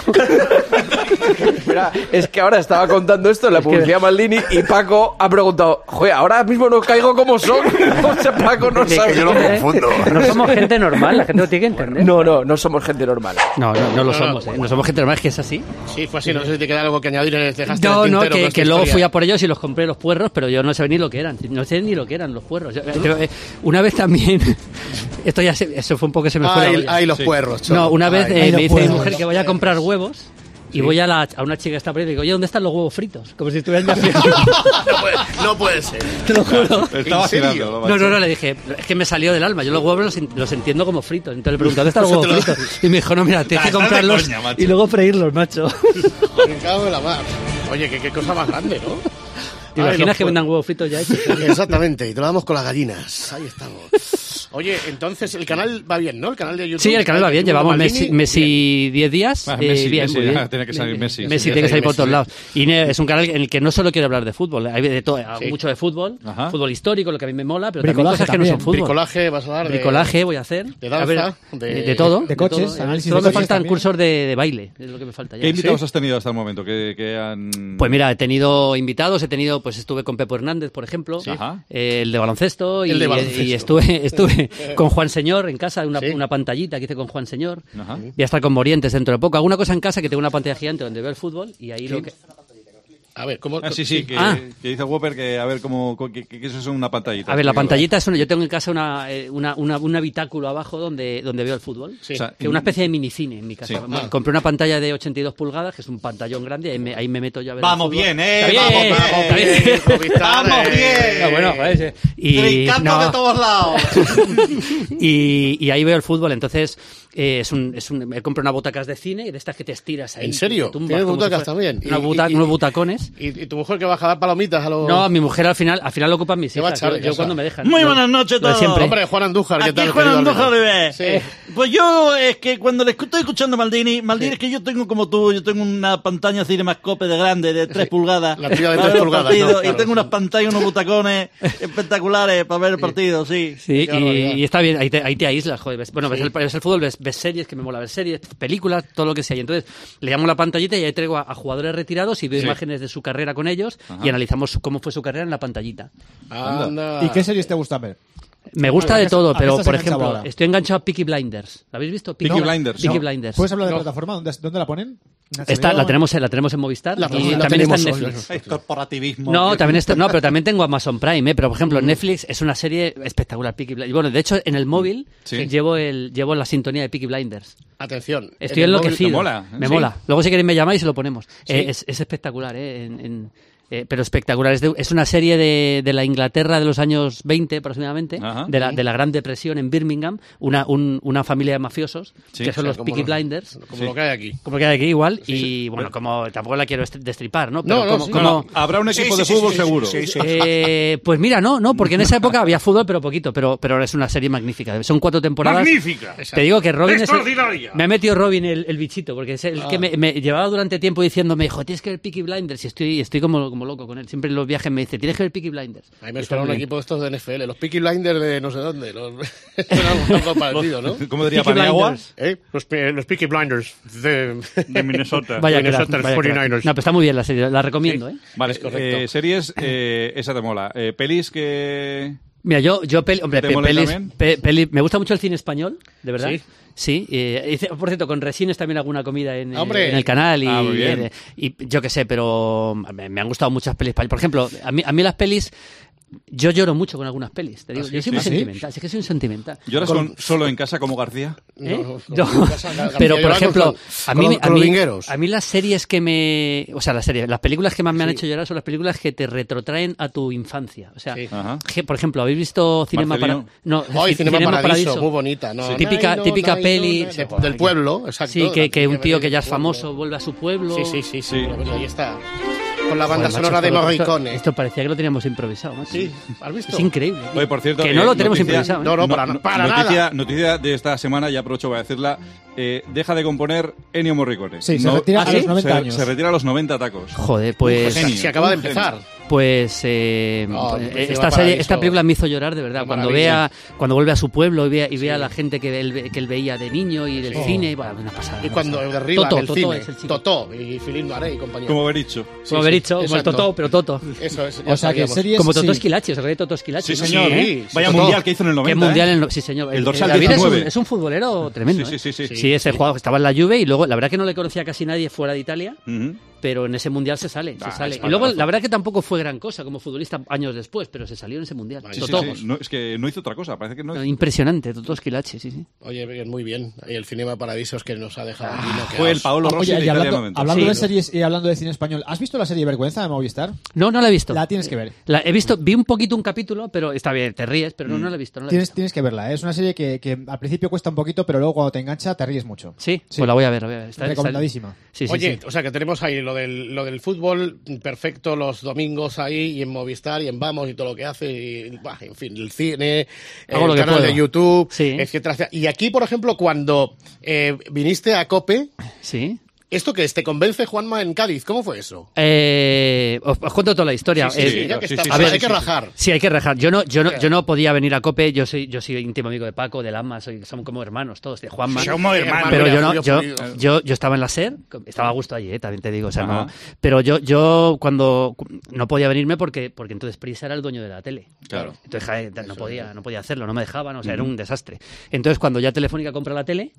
Speaker 14: Espera, es que ahora estaba contando esto en la publicidad Maldini y Paco ha preguntado, joder, ahora mismo no caigo como son. (laughs) O sea, Paco
Speaker 7: (laughs)
Speaker 14: no
Speaker 7: Que-
Speaker 14: sabe.
Speaker 7: que yo
Speaker 14: (laughs)
Speaker 7: lo confundo. No somos gente normal, la gente lo tiene que entender.
Speaker 14: No, no, no somos gente normal.
Speaker 7: No, no, no lo somos, ¿eh? No somos gente normal, es que es así.
Speaker 3: Sí, fue así. No sé si te queda algo que añadir. eh, Dejaste en
Speaker 7: No,
Speaker 3: el
Speaker 7: no,
Speaker 3: tintero
Speaker 7: que,
Speaker 3: con esta
Speaker 7: que luego
Speaker 3: historia.
Speaker 7: fui a por ellos y los compré los puerros, pero yo no sabía ni lo que eran. No sé ni lo que eran los puerros. Yo- yo- eh, Una vez también, (laughs) esto ya se- eso fue un poco que se me fue. la
Speaker 3: Ay,
Speaker 7: olla.
Speaker 3: ay, los puerros, chorro.
Speaker 7: No, una vez
Speaker 3: Ay,
Speaker 7: eh,
Speaker 3: ay, los
Speaker 7: me dice mi
Speaker 3: puerros.
Speaker 7: mujer que vaya a comprar huevos. Y
Speaker 3: Sí.
Speaker 7: voy a, la- a una chica que está por ahí y digo, oye, ¿dónde están los huevos fritos? Como si estuvieran ya fritos.
Speaker 3: No puede, no puede ser.
Speaker 7: (laughs)
Speaker 3: (laughs)
Speaker 7: Te lo juro.
Speaker 3: ¿En Estaba serio? vacilando, macho.
Speaker 7: No, no, no, le dije, es que me salió del alma. Yo los huevos los, en- los entiendo como fritos. Entonces le pregunté, ¿dónde están los
Speaker 3: Te lo-
Speaker 7: huevos fritos? Y me dijo, no, mira,
Speaker 3: (laughs)
Speaker 7: tienes
Speaker 3: Ah,
Speaker 7: que
Speaker 3: estás de
Speaker 7: comprarlos
Speaker 3: coña, macho.
Speaker 7: y luego freírlos, macho.
Speaker 3: Me cago en la mar. Oye, qué, qué cosa más grande, ¿no?
Speaker 7: ¿Te
Speaker 3: Ay,
Speaker 7: imaginas
Speaker 3: los
Speaker 7: que
Speaker 3: puer-
Speaker 7: vendan huevos fritos ya hechos?
Speaker 3: Exactamente, y te lo damos con las gallinas. Ahí estamos. (laughs) Oye, entonces el canal va bien, ¿no? El canal de YouTube.
Speaker 7: Sí, el canal va bien.
Speaker 3: YouTube de
Speaker 7: Llevamos
Speaker 3: Maldini.
Speaker 7: Messi Messi 10 días.
Speaker 6: Ah,
Speaker 7: eh,
Speaker 6: Messi,
Speaker 7: bien,
Speaker 6: Messi,
Speaker 7: muy bien.
Speaker 6: ah, tiene que salir Messi.
Speaker 7: Messi
Speaker 6: Sí,
Speaker 7: tiene que salir por
Speaker 6: Messi.
Speaker 7: todos lados. Y ne- es un canal en el que no solo quiero hablar de fútbol, hay de todo,
Speaker 3: Sí.
Speaker 7: mucho de fútbol, fútbol histórico, lo que a mí me mola, pero
Speaker 13: Bricolaje
Speaker 7: también cosas que no
Speaker 13: también.
Speaker 7: son fútbol.
Speaker 3: Bricolaje, vas a hablar de-
Speaker 7: Bricolaje voy a hacer.
Speaker 3: de danza,
Speaker 7: A ver,
Speaker 3: de-
Speaker 7: de, todo.
Speaker 13: de coches,
Speaker 7: todo.
Speaker 13: análisis
Speaker 7: Solo
Speaker 13: de
Speaker 7: me
Speaker 13: coches
Speaker 7: faltan
Speaker 13: también.
Speaker 7: cursos de, de baile, es lo que me falta ya.
Speaker 6: ¿Qué invitados
Speaker 7: ¿Sí?
Speaker 6: has tenido hasta el momento? que que han...
Speaker 7: Pues mira, he tenido invitados, he tenido, pues estuve con Pepo Hernández, por ejemplo,
Speaker 6: Sí. Ajá.
Speaker 7: eh, el de baloncesto, y,
Speaker 6: El de baloncesto.
Speaker 7: y estuve, (laughs)
Speaker 6: (laughs)
Speaker 7: estuve con Juan Señor en casa, una, una pantallita que hice con Juan Señor.
Speaker 6: Ajá.
Speaker 7: Voy a estar con Morientes dentro de poco. Alguna cosa en casa que tengo una pantalla gigante donde veo el fútbol y ahí lo que...
Speaker 3: A ver, ¿cómo?
Speaker 6: Ah, sí, sí, que,
Speaker 7: Ah.
Speaker 6: que dice Whopper que, a ver, como, que, que eso es una pantallita.
Speaker 7: A ver,
Speaker 3: Pues
Speaker 7: la pantallita es una... Yo tengo en casa una, eh, una- una- un habitáculo abajo donde, donde veo el fútbol.
Speaker 6: Sí. O sea,
Speaker 7: que una especie de minicine en mi casa.
Speaker 6: Sí. Ah.
Speaker 7: Compré una pantalla de 82 pulgadas, que es un pantallón grande, y ahí me, ahí me meto yo a ver el
Speaker 6: Vamos
Speaker 7: fútbol.
Speaker 6: bien, eh,
Speaker 7: Está bien,
Speaker 6: vamos,
Speaker 7: está
Speaker 6: vamos
Speaker 7: bien.
Speaker 6: bien, Movistar, Vamos eh. bien.
Speaker 7: Ah, bueno, joder, sí. Y,
Speaker 3: Brincando
Speaker 7: no,
Speaker 3: de todos lados.
Speaker 7: y, y ahí veo el fútbol, entonces eh, es un, es un, me compré una butacas de cine, de estas que te estiras ahí.
Speaker 3: ¿En serio?
Speaker 7: que te tumbas
Speaker 3: Tienes
Speaker 7: como si
Speaker 3: butacas
Speaker 7: fuera-
Speaker 3: también.
Speaker 7: una
Speaker 3: Y-
Speaker 7: buta-
Speaker 3: y-
Speaker 7: unos butacones.
Speaker 3: ¿Y, y tu mujer que va a dar palomitas a los.
Speaker 7: No, mi mujer al final, al final lo ocupan mis
Speaker 3: Te va a
Speaker 7: hijas.
Speaker 3: echar
Speaker 7: Yo,
Speaker 3: de
Speaker 7: yo
Speaker 3: casa.
Speaker 7: cuando me dejan.
Speaker 8: Muy
Speaker 7: Lo-
Speaker 8: buenas noches a
Speaker 7: lo de
Speaker 8: todos.
Speaker 7: siempre.
Speaker 3: Hombre, Juan Andújar, ¿qué
Speaker 8: Aquí
Speaker 3: tal?
Speaker 8: Juan
Speaker 3: querido
Speaker 8: Andújar
Speaker 3: Alberto?
Speaker 8: bebé.
Speaker 3: Sí.
Speaker 8: Eh, pues yo es que cuando le escu- estoy escuchando a Maldini, Maldini es que yo tengo como tú, yo tengo una pantalla Cinemascope de grande, de 3 pulgadas.
Speaker 3: La tuya de
Speaker 8: para
Speaker 3: 3
Speaker 8: ver los
Speaker 3: pulgadas,
Speaker 8: partidos,
Speaker 3: ¿no? Claro,
Speaker 8: y tengo unas pantallas,
Speaker 3: (laughs)
Speaker 8: unos butacones espectaculares para ver el partido, sí.
Speaker 7: Sí, y, y está bien, ahí te, ahí te aíslas, joder. ves- bueno, ves, el, ves el fútbol, ves, ves series, que me mola ver series, películas, todo lo que sea. Y entonces le llamo a la pantallita y ahí traigo a, a jugadores retirados y veo
Speaker 6: Sí.
Speaker 7: imágenes de su carrera con ellos
Speaker 6: Ajá.
Speaker 7: y analizamos su- cómo fue su carrera en la pantallita.
Speaker 3: Anda.
Speaker 13: (laughs) ¿Y qué series te gustan ver?
Speaker 7: Me gusta
Speaker 13: ¿A
Speaker 7: de
Speaker 13: qué-
Speaker 7: todo,
Speaker 13: a qué
Speaker 7: pero
Speaker 13: estás
Speaker 7: por
Speaker 13: enganchado
Speaker 7: ejemplo,
Speaker 13: ahora?
Speaker 7: estoy enganchado a Peaky Blinders. ¿La habéis visto?
Speaker 6: Peaky Blinders,
Speaker 7: Peaky
Speaker 6: no.
Speaker 7: Blinders.
Speaker 13: ¿Puedes hablar de
Speaker 7: No.
Speaker 13: plataforma? ¿Dónde, dónde la ponen? ¿En
Speaker 7: Esta
Speaker 13: HBO?
Speaker 7: la tenemos, en- la tenemos en Movistar
Speaker 13: La
Speaker 7: y
Speaker 13: tenemos- la
Speaker 7: también está en
Speaker 13: tenemos hoy,
Speaker 7: Netflix.
Speaker 6: Es corporativismo.
Speaker 7: No, también está- no, pero también tengo Amazon Prime, ¿eh? pero por ejemplo Netflix es una serie espectacular. Peaky Blinders. Bueno, de hecho en el móvil
Speaker 6: Sí.
Speaker 7: llevo el llevo la sintonía de Peaky Blinders.
Speaker 3: Atención.
Speaker 7: Estoy
Speaker 3: en el
Speaker 7: enloquecido.
Speaker 6: Te mola, ¿eh?
Speaker 7: Me
Speaker 6: Sí.
Speaker 7: mola. Luego si queréis me llamáis y lo ponemos.
Speaker 3: Sí.
Speaker 7: Eh, es, es espectacular, ¿eh? En- en- eh, pero espectacular. Es, de- es una serie de, de la Inglaterra de los años 20 aproximadamente,
Speaker 6: Ajá.
Speaker 7: de la, de la Gran Depresión en Birmingham, una, un- una familia de mafiosos,
Speaker 6: Sí,
Speaker 7: que son
Speaker 6: o sea,
Speaker 7: los
Speaker 3: como
Speaker 7: Peaky
Speaker 3: los-
Speaker 7: Blinders.
Speaker 3: Como
Speaker 6: Sí.
Speaker 3: lo que hay aquí.
Speaker 7: Como queda aquí igual, y bueno, como tampoco la quiero est- destripar, ¿no? Pero
Speaker 3: No, no,
Speaker 7: como,
Speaker 3: sí.
Speaker 7: como-
Speaker 6: No, no, Habrá un equipo de fútbol seguro.
Speaker 7: Eh, pues mira, no, no, porque en esa época había fútbol, pero poquito, pero, pero ahora es una serie magnífica. Son cuatro temporadas.
Speaker 9: Magnífica.
Speaker 7: Te digo que Robin es el-
Speaker 9: Extraordinaria.
Speaker 7: me ha metido Robin el, el bichito, porque es el
Speaker 3: Ah.
Speaker 7: que me, me llevaba durante tiempo diciéndome, hijo, tienes que ver Peaky Blinders, y estoy, estoy como, como loco con él. Siempre en los viajes me dice, tienes que ver Peaky Blinders.
Speaker 3: A mí me
Speaker 7: Está
Speaker 3: suena un
Speaker 7: bien.
Speaker 3: equipo de estos de NFL, los Peaky Blinders de no sé dónde. Los... (laughs) Suena (laughs)
Speaker 6: (laughs)
Speaker 3: algo parecido, ¿no?
Speaker 6: ¿Cómo diría
Speaker 7: Peaky
Speaker 6: Paniagua?
Speaker 7: Blinders.
Speaker 3: ¿Eh? Los, pe- los Peaky Blinders de, (laughs)
Speaker 6: De Minnesota.
Speaker 7: Vaya
Speaker 3: Minnesota
Speaker 7: crack, vaya crack.
Speaker 3: 49ers.
Speaker 7: No, pero está muy bien la serie, la recomiendo, ¿eh?
Speaker 6: Vale,
Speaker 3: Es correcto.
Speaker 6: eh, series, eh, esa te mola. Eh, pelis que...
Speaker 7: Mira, yo, yo peli- hombre,
Speaker 6: ¿Te
Speaker 7: pe-
Speaker 6: mola
Speaker 7: pelis-
Speaker 6: también?
Speaker 7: pe- peli- me gusta mucho el cine español, de verdad.
Speaker 3: Sí.
Speaker 7: Sí. eh, hice- por cierto, con Resines también alguna comida en, eh,
Speaker 3: Hombre.
Speaker 7: en el canal y,
Speaker 6: Ah, muy bien.
Speaker 7: eh, y yo qué sé, pero me, me han gustado muchas pelis españolas. Por ejemplo, a mí, a mí las pelis, yo lloro mucho con algunas pelis. Te digo,
Speaker 3: ¿Ah, sí?
Speaker 7: yo soy muy
Speaker 6: ¿Ah, sí?
Speaker 7: sentimental, es que soy un sentimental.
Speaker 6: ¿Lloras
Speaker 3: Con-
Speaker 6: con- solo en casa como García?
Speaker 7: ¿Eh?
Speaker 3: No, con-
Speaker 7: Yo-
Speaker 3: con casa- García
Speaker 7: pero por
Speaker 3: Llorano
Speaker 7: ejemplo,
Speaker 3: con-
Speaker 7: a mí,
Speaker 3: con-
Speaker 7: me- a,
Speaker 3: con los
Speaker 7: mí,
Speaker 3: vingueros.
Speaker 7: a mí las series que me, o sea, las series, las películas que más me han hecho llorar son las películas que te retrotraen a tu infancia. O sea,
Speaker 3: Sí.
Speaker 6: Ajá.
Speaker 7: que, por ejemplo, habéis visto Cinema
Speaker 6: Marcelino.
Speaker 7: Para, no,
Speaker 3: Hoy,
Speaker 7: Ci-
Speaker 3: Cinema, Paradiso, muy bonita. ¿no?
Speaker 7: Sí. Típica-
Speaker 3: Nai, no,
Speaker 7: típica
Speaker 3: nai,
Speaker 7: peli-
Speaker 3: no, nai, de- del pueblo, exacto.
Speaker 7: Sí, que, que un tío que ya es
Speaker 3: del pueblo.
Speaker 7: famoso vuelve a su pueblo.
Speaker 3: Sí, sí, sí, sí.
Speaker 6: Sí.
Speaker 3: bueno, ahí está. Con la banda
Speaker 7: Joder, macho,
Speaker 3: sonora de
Speaker 7: esto-
Speaker 3: Morricone.
Speaker 7: Esto, esto parecía que lo teníamos improvisado, macho.
Speaker 3: Sí, ¿has visto?
Speaker 7: Es increíble. tío.
Speaker 6: Oye, por cierto,
Speaker 7: que
Speaker 6: eh,
Speaker 7: no lo tenemos
Speaker 6: noticia-
Speaker 7: improvisado. ¿eh?
Speaker 3: No, no, para- para
Speaker 6: noticia,
Speaker 3: nada.
Speaker 6: Noticia de esta semana, ya aprovecho para decirla. eh, deja de componer Ennio Morricone. ah,
Speaker 13: Sí, se retira a los 90
Speaker 6: se-
Speaker 13: años.
Speaker 6: Se retira a los 90 tacos.
Speaker 7: Joder, pues.
Speaker 6: genio.
Speaker 3: Se acaba de
Speaker 6: Un
Speaker 3: empezar. Ah,
Speaker 6: genio.
Speaker 7: Pues eh,
Speaker 12: No,
Speaker 7: eh,
Speaker 12: encima
Speaker 7: esta,
Speaker 12: para
Speaker 7: serie-
Speaker 12: eso-
Speaker 7: esta película me hizo llorar, de verdad. Cuando
Speaker 12: maravilla.
Speaker 7: vea cuando vuelve a su pueblo y vea, y vea a la gente que él, ve- que él veía de niño y del
Speaker 3: Sí.
Speaker 7: cine, y, bueno, una pasada.
Speaker 3: Y cuando
Speaker 7: una pasada.
Speaker 3: derriban
Speaker 7: Totó,
Speaker 3: el
Speaker 7: Totó
Speaker 3: cine,
Speaker 7: es el chico.
Speaker 3: Totó y Filip Noiré y compañía.
Speaker 6: Como haber dicho.
Speaker 3: Sí,
Speaker 7: como
Speaker 3: sí,
Speaker 7: haber dicho, como el
Speaker 3: exacto.
Speaker 7: Totó, pero Toto.
Speaker 3: Eso es, ya sabíamos.
Speaker 7: Como Totó Esquilache, se acuerda de Totó Esquilache. ¿eh?
Speaker 6: Sí, señor. Vaya mundial que hizo en el 90,
Speaker 7: Qué mundial
Speaker 6: ¿eh?
Speaker 7: en el- Sí, señor.
Speaker 6: El dorsal
Speaker 7: David es un-
Speaker 6: 19.
Speaker 7: Es un futbolero tremendo.
Speaker 6: Sí,
Speaker 7: ¿eh?
Speaker 6: sí, sí, sí.
Speaker 7: Sí, ese
Speaker 6: Sí.
Speaker 7: jugador que estaba en la Juve y luego, la verdad que no le conocía casi nadie fuera de Italia.
Speaker 6: Ujú.
Speaker 7: Pero en ese mundial se sale,
Speaker 6: Ah,
Speaker 7: se sale.
Speaker 6: es
Speaker 7: Y luego,
Speaker 6: barbarazo.
Speaker 7: la verdad que tampoco fue gran cosa como futbolista años después, pero se salió en ese mundial.
Speaker 6: Sí, sí,
Speaker 7: Totó.
Speaker 6: sí. No, es que no hizo otra cosa, parece que no.
Speaker 7: Impresionante, Totó Esquilache, sí, sí.
Speaker 3: Oye, bien, muy bien. Y el Cinema Paradisos que nos ha dejado. aquí, no
Speaker 6: Ah, fue el
Speaker 3: quedaos.
Speaker 6: Paolo Rossi
Speaker 13: Oye,
Speaker 6: de
Speaker 13: y
Speaker 6: Italia
Speaker 13: hablando,
Speaker 6: 90.
Speaker 13: hablando
Speaker 7: Sí.
Speaker 13: de series y hablando de cine español, ¿has visto la serie Vergüenza de Movistar?
Speaker 7: No, no la he visto.
Speaker 13: La tienes que ver.
Speaker 7: La he visto, vi un poquito un capítulo, pero está bien, te ríes, pero no, no la he visto. No la he
Speaker 13: Mm. Tienes, tienes que verla, ¿eh? es una serie que, que al principio cuesta un poquito, pero luego cuando te engancha te ríes mucho.
Speaker 7: Sí, pues la voy a ver, la voy a ver. Está-
Speaker 13: Recomendadísima.
Speaker 7: está- Sí, sí,
Speaker 3: Oye,
Speaker 7: sí.
Speaker 3: o sea que tenemos ahí lo del, lo del fútbol perfecto los domingos ahí y en Movistar y en Vamos y todo lo que hace, y, bah, en fin, el cine,
Speaker 7: Hago
Speaker 3: el
Speaker 7: lo que
Speaker 3: canal
Speaker 7: puedo.
Speaker 3: de YouTube,
Speaker 7: Sí.
Speaker 3: etcétera, etcétera. Y aquí, por ejemplo, cuando eh, viniste a COPE,
Speaker 7: Sí.
Speaker 3: ¿esto que es? ¿Te convence Juanma en Cádiz? ¿Cómo fue eso?
Speaker 7: Eh, os, os cuento toda la historia.
Speaker 3: Sí, sí, sí,
Speaker 7: Eh,
Speaker 3: ya que
Speaker 7: sí,
Speaker 3: estás,
Speaker 7: sí,
Speaker 3: hay
Speaker 7: sí,
Speaker 3: que
Speaker 7: sí,
Speaker 3: rajar.
Speaker 7: sí. Sí, hay que rajar. Yo no, yo no, yo no podía venir a Cope. Yo soy, yo soy íntimo amigo de Paco, de Lama, soy, somos como hermanos todos, de Juanma.
Speaker 8: Somos hermanos.
Speaker 7: Pero yo
Speaker 8: Julio
Speaker 7: no, yo,
Speaker 8: Pulido.
Speaker 7: yo, yo estaba en la SER, estaba a gusto allí, eh, también te digo. O sea, no,
Speaker 6: Ajá.
Speaker 7: pero yo, yo cuando no podía venirme porque, porque entonces Prisa era el dueño de la tele.
Speaker 6: Claro.
Speaker 7: Entonces ja, eh, no podía, no podía hacerlo, no me dejaban, o sea, era un desastre. Entonces cuando ya Telefónica compra la tele,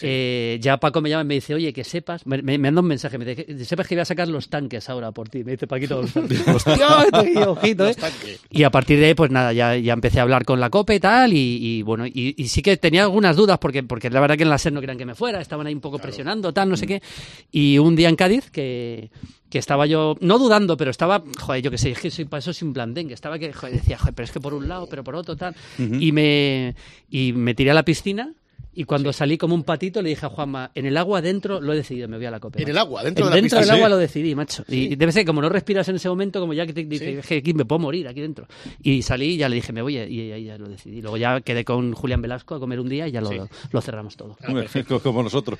Speaker 7: eh, ya Paco me llama y me dice, oye, que sepas, me, me- me manda un mensaje, me dice, que sepas que voy a sacar los tanques ahora por ti. Me dice Paquito, los tanques. Hostia, qué ojito, ¿eh? Y a partir de ahí, pues nada, ya, ya empecé a hablar con la COPE y tal, y, y bueno, y, y sí que tenía algunas dudas, porque, porque la verdad que en la SER no querían que me fuera, estaban ahí un poco presionando, tal, no
Speaker 3: Mm.
Speaker 7: sé qué. Y un día en Cádiz que, que estaba yo, no dudando, pero estaba, joder, yo qué sé, es que soy para eso sin blandén, que estaba que, joder, decía, joder, pero es que por un lado, pero por otro, tal. y, me, y me tiré a la piscina. Y cuando salí como un patito le dije a Juanma, en el agua dentro lo he decidido, me voy a la copa.
Speaker 3: En el agua, dentro de la
Speaker 7: Dentro del
Speaker 3: piscina.
Speaker 7: agua
Speaker 3: Sí.
Speaker 7: lo decidí, macho. Y debe ser que como no respiras en ese momento, como ya que te dices,
Speaker 3: Sí.
Speaker 7: "Es que aquí me puedo morir aquí dentro. Y salí y ya le dije, me voy y ahí ya lo decidí. Luego ya quedé con Julián Velasco a comer un día y ya lo, lo cerramos todo.
Speaker 3: Ah,
Speaker 6: Hombre,
Speaker 7: (laughs)
Speaker 6: Como nosotros.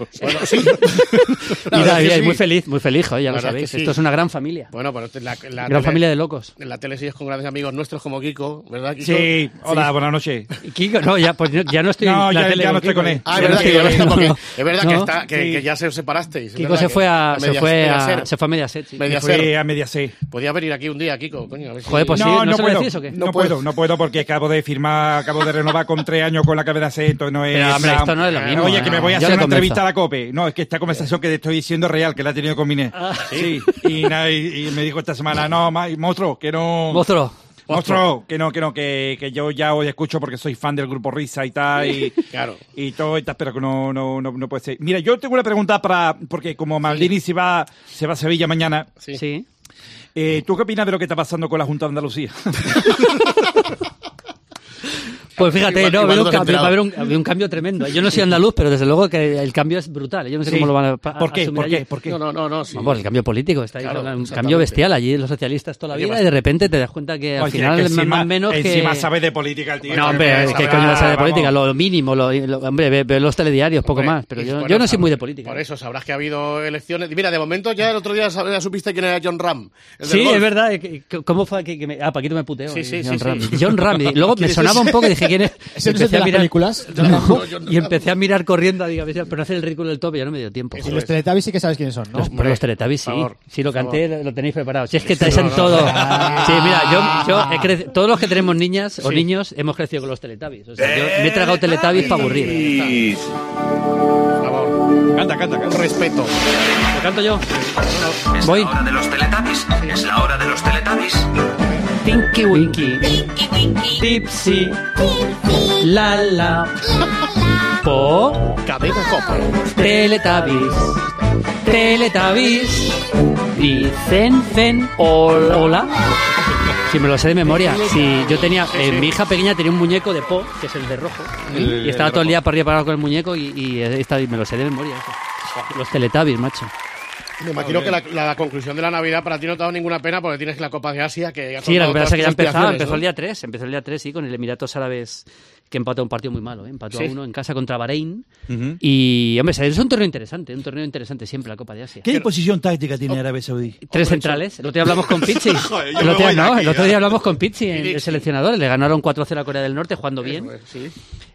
Speaker 7: Y
Speaker 3: La verdad
Speaker 7: nada,
Speaker 3: es que
Speaker 7: bien,
Speaker 3: sí.
Speaker 7: muy feliz, muy feliz, joder, ya
Speaker 3: La
Speaker 7: lo
Speaker 3: verdad es que
Speaker 7: sabéis.
Speaker 3: sí.
Speaker 7: Esto es una gran familia.
Speaker 3: Bueno, pero la, la
Speaker 7: Gran familia de locos.
Speaker 3: En la tele sigues con grandes amigos nuestros como Kiko, ¿verdad, Kiko?
Speaker 8: Sí, hola, buenas noches.
Speaker 7: Y Kiko, no, ya, pues no- ya no estoy
Speaker 8: No,
Speaker 7: en la
Speaker 8: ya-
Speaker 7: tele ¿eh?
Speaker 8: ya no estoy con él.
Speaker 3: Ah,
Speaker 7: Ya
Speaker 3: es verdad,
Speaker 7: no
Speaker 3: que,
Speaker 7: estoy con
Speaker 3: ya
Speaker 7: él.
Speaker 3: no está, porque- es verdad que,
Speaker 7: No.
Speaker 3: está, que,
Speaker 8: Sí.
Speaker 3: que ya se os separasteis. es
Speaker 7: Kiko
Speaker 3: verdad
Speaker 7: se
Speaker 3: que-
Speaker 7: fue a, se
Speaker 3: Medias-
Speaker 7: fue a,
Speaker 3: Mediaset.
Speaker 7: se fue a Mediaset. sí.
Speaker 8: Me
Speaker 3: Mediaset.
Speaker 8: fui a Mediaset.
Speaker 3: Podía venir aquí un día, Kiko, coño. A ver si-
Speaker 7: Joder, pues sí,
Speaker 8: no,
Speaker 7: ¿no,
Speaker 8: no
Speaker 7: se lo
Speaker 8: puedo.
Speaker 7: decís o qué?
Speaker 8: No, puedo, no puedo porque acabo de firmar, acabo de renovar con tres años con la cabeza C, entonces no es.
Speaker 7: Pero, hombre, esto no es lo mismo,
Speaker 8: Oye,
Speaker 7: ¿eh?
Speaker 8: que me voy a
Speaker 7: Yo
Speaker 8: hacer
Speaker 7: le
Speaker 8: una
Speaker 7: convenzo.
Speaker 8: entrevista a la COPE. No, es que esta conversación que te estoy diciendo es real, que la he tenido con Miné.
Speaker 7: Ah,
Speaker 8: sí. Y, nada, y- y me dijo esta semana, no, ma- monstruo, que no.
Speaker 7: Monstruo.
Speaker 8: Monstruo, que no, que no, que, que yo ya hoy escucho porque soy fan del grupo Risa y tal. Y,
Speaker 3: Claro.
Speaker 8: y todo y tal, pero que no, no, no, no puede ser. Mira, yo tengo una pregunta para. Porque como Maldini se, va, se va a Sevilla mañana.
Speaker 7: Sí.
Speaker 8: Eh, ¿Tú qué opinas de lo que está pasando con la Junta de Andalucía?
Speaker 7: Pues fíjate,
Speaker 3: Igual-
Speaker 7: no,
Speaker 3: igual
Speaker 7: ha habido
Speaker 3: no
Speaker 7: un
Speaker 3: te has
Speaker 7: cambio, va a haber un,
Speaker 3: enterado.
Speaker 7: ha habido un cambio tremendo. Yo no soy andaluz, pero desde luego que el cambio es brutal. Yo no sé
Speaker 8: Sí.
Speaker 7: cómo lo van a, a-
Speaker 8: ¿Por qué?
Speaker 7: asumir
Speaker 8: ¿Por qué?
Speaker 7: allí.
Speaker 8: ¿Por qué?
Speaker 3: No, no, no, no. sí.
Speaker 7: Vamos, el cambio político está ahí,
Speaker 3: Claro,
Speaker 7: un
Speaker 3: exactamente.
Speaker 7: cambio bestial allí los socialistas toda la
Speaker 3: Oye,
Speaker 7: vida
Speaker 3: vas-
Speaker 7: y de repente te das cuenta que al
Speaker 8: Oye,
Speaker 7: final
Speaker 8: que
Speaker 7: más-
Speaker 8: encima-
Speaker 7: más menos que
Speaker 8: Encima sabe de política el tío.
Speaker 7: no, hombre, es que
Speaker 8: sabe-
Speaker 7: coño no sabe de
Speaker 8: vamos.
Speaker 7: política, lo mínimo, lo, lo- hombre, ve, ve los telediarios, poco
Speaker 3: Hombre,
Speaker 7: más, pero
Speaker 3: y
Speaker 7: yo,
Speaker 3: por
Speaker 7: yo
Speaker 3: eso-
Speaker 7: no soy muy de política.
Speaker 3: Por eso sabrás que ha habido elecciones. Mira, de momento ya el otro día sab- ya supiste quién era John Ram. el del
Speaker 7: Sí,
Speaker 3: golf.
Speaker 7: es verdad. eh, que- que- ¿Cómo fue que, que me, ah, Paquito me puteó?
Speaker 3: Sí, sí,
Speaker 7: eh,
Speaker 3: sí,
Speaker 7: John
Speaker 3: sí.
Speaker 7: Ramsey.
Speaker 3: (laughs)
Speaker 7: John Ramsey. Luego me
Speaker 3: ¿Quién es
Speaker 7: sonaba
Speaker 3: (laughs)
Speaker 7: un
Speaker 3: ese?
Speaker 7: poco y dije, ¿quién es?
Speaker 13: ¿Ese no es
Speaker 7: Empecé
Speaker 13: el de
Speaker 7: a
Speaker 13: las
Speaker 7: mirar-
Speaker 13: películas?
Speaker 7: (laughs) No,
Speaker 3: (laughs) John Ramsey.
Speaker 7: y empecé a mirar corriendo, digo, a ver si- pero no hacer el ridículo del top, ya no me dio tiempo.
Speaker 13: Y
Speaker 7: joder.
Speaker 13: los Teletubbies sí que sabes quiénes son, ¿no?
Speaker 7: Los, pero los Teletubbies sí,
Speaker 3: por favor,
Speaker 7: sí lo
Speaker 3: por
Speaker 7: canté, lo- lo tenéis preparado. Si es que estáis en todo. Sí, mira, yo,
Speaker 3: Ah.
Speaker 7: yo he creci- todos los que tenemos niñas o niños hemos crecido con los Teletubbies. O sea, yo me he tragado Teletubbies para aburrir.
Speaker 3: Por favor,
Speaker 6: Canta, canta,
Speaker 3: con
Speaker 6: canta.
Speaker 3: respeto.
Speaker 7: ¿Lo canto yo?
Speaker 1: Es
Speaker 7: Voy.
Speaker 1: la hora de los teletabis. Es la hora de los teletabis.
Speaker 7: Tinky Winky, Tipsy, La La, Po,
Speaker 3: Cadena Copa.
Speaker 7: Teletubbies, Teletubbies, dicen fen, hola. Si me lo sé de memoria, si yo tenía, eh, mi hija pequeña tenía un muñeco de Po, que es el de rojo, ¿eh?
Speaker 6: El-
Speaker 7: y estaba
Speaker 6: el
Speaker 7: todo el
Speaker 6: rojo.
Speaker 7: día para arriba y para abajo con el muñeco y, y, eh, esta- y me lo sé de memoria. eso. Los Teletubbies, macho.
Speaker 3: Me imagino que la, la conclusión de la Navidad para ti no te ha dado ninguna pena porque tienes la Copa de Asia que ya
Speaker 7: Sí,
Speaker 3: te ha
Speaker 7: la verdad es que ya
Speaker 3: dado todas tus
Speaker 7: empezaba, empezó el
Speaker 3: inspiraciones,
Speaker 7: día 3, empezó el día 3, sí, con el Emiratos Árabes que empató un partido muy malo, ¿eh? empató
Speaker 3: Sí.
Speaker 7: a uno en casa contra Bahrein.
Speaker 8: Ujú.
Speaker 7: Y, hombre, es un torneo interesante, un torneo interesante siempre la Copa de Asia.
Speaker 8: ¿Qué disposición táctica tiene Arabia Saudí?
Speaker 7: Tres centrales. El otro día hablamos
Speaker 8: (laughs)
Speaker 3: (laughs)
Speaker 7: con Pizzi.
Speaker 8: Joder, yo
Speaker 7: el,
Speaker 8: me
Speaker 7: otro día,
Speaker 8: voy de
Speaker 7: no,
Speaker 8: aquí, ¿eh?
Speaker 7: el otro
Speaker 3: ¿eh?
Speaker 8: ya.
Speaker 7: día hablamos con Pizzi,
Speaker 8: Pizzi.
Speaker 7: el seleccionador. Le ganaron 4-0 a Corea del Norte jugando bien.
Speaker 3: ¿no?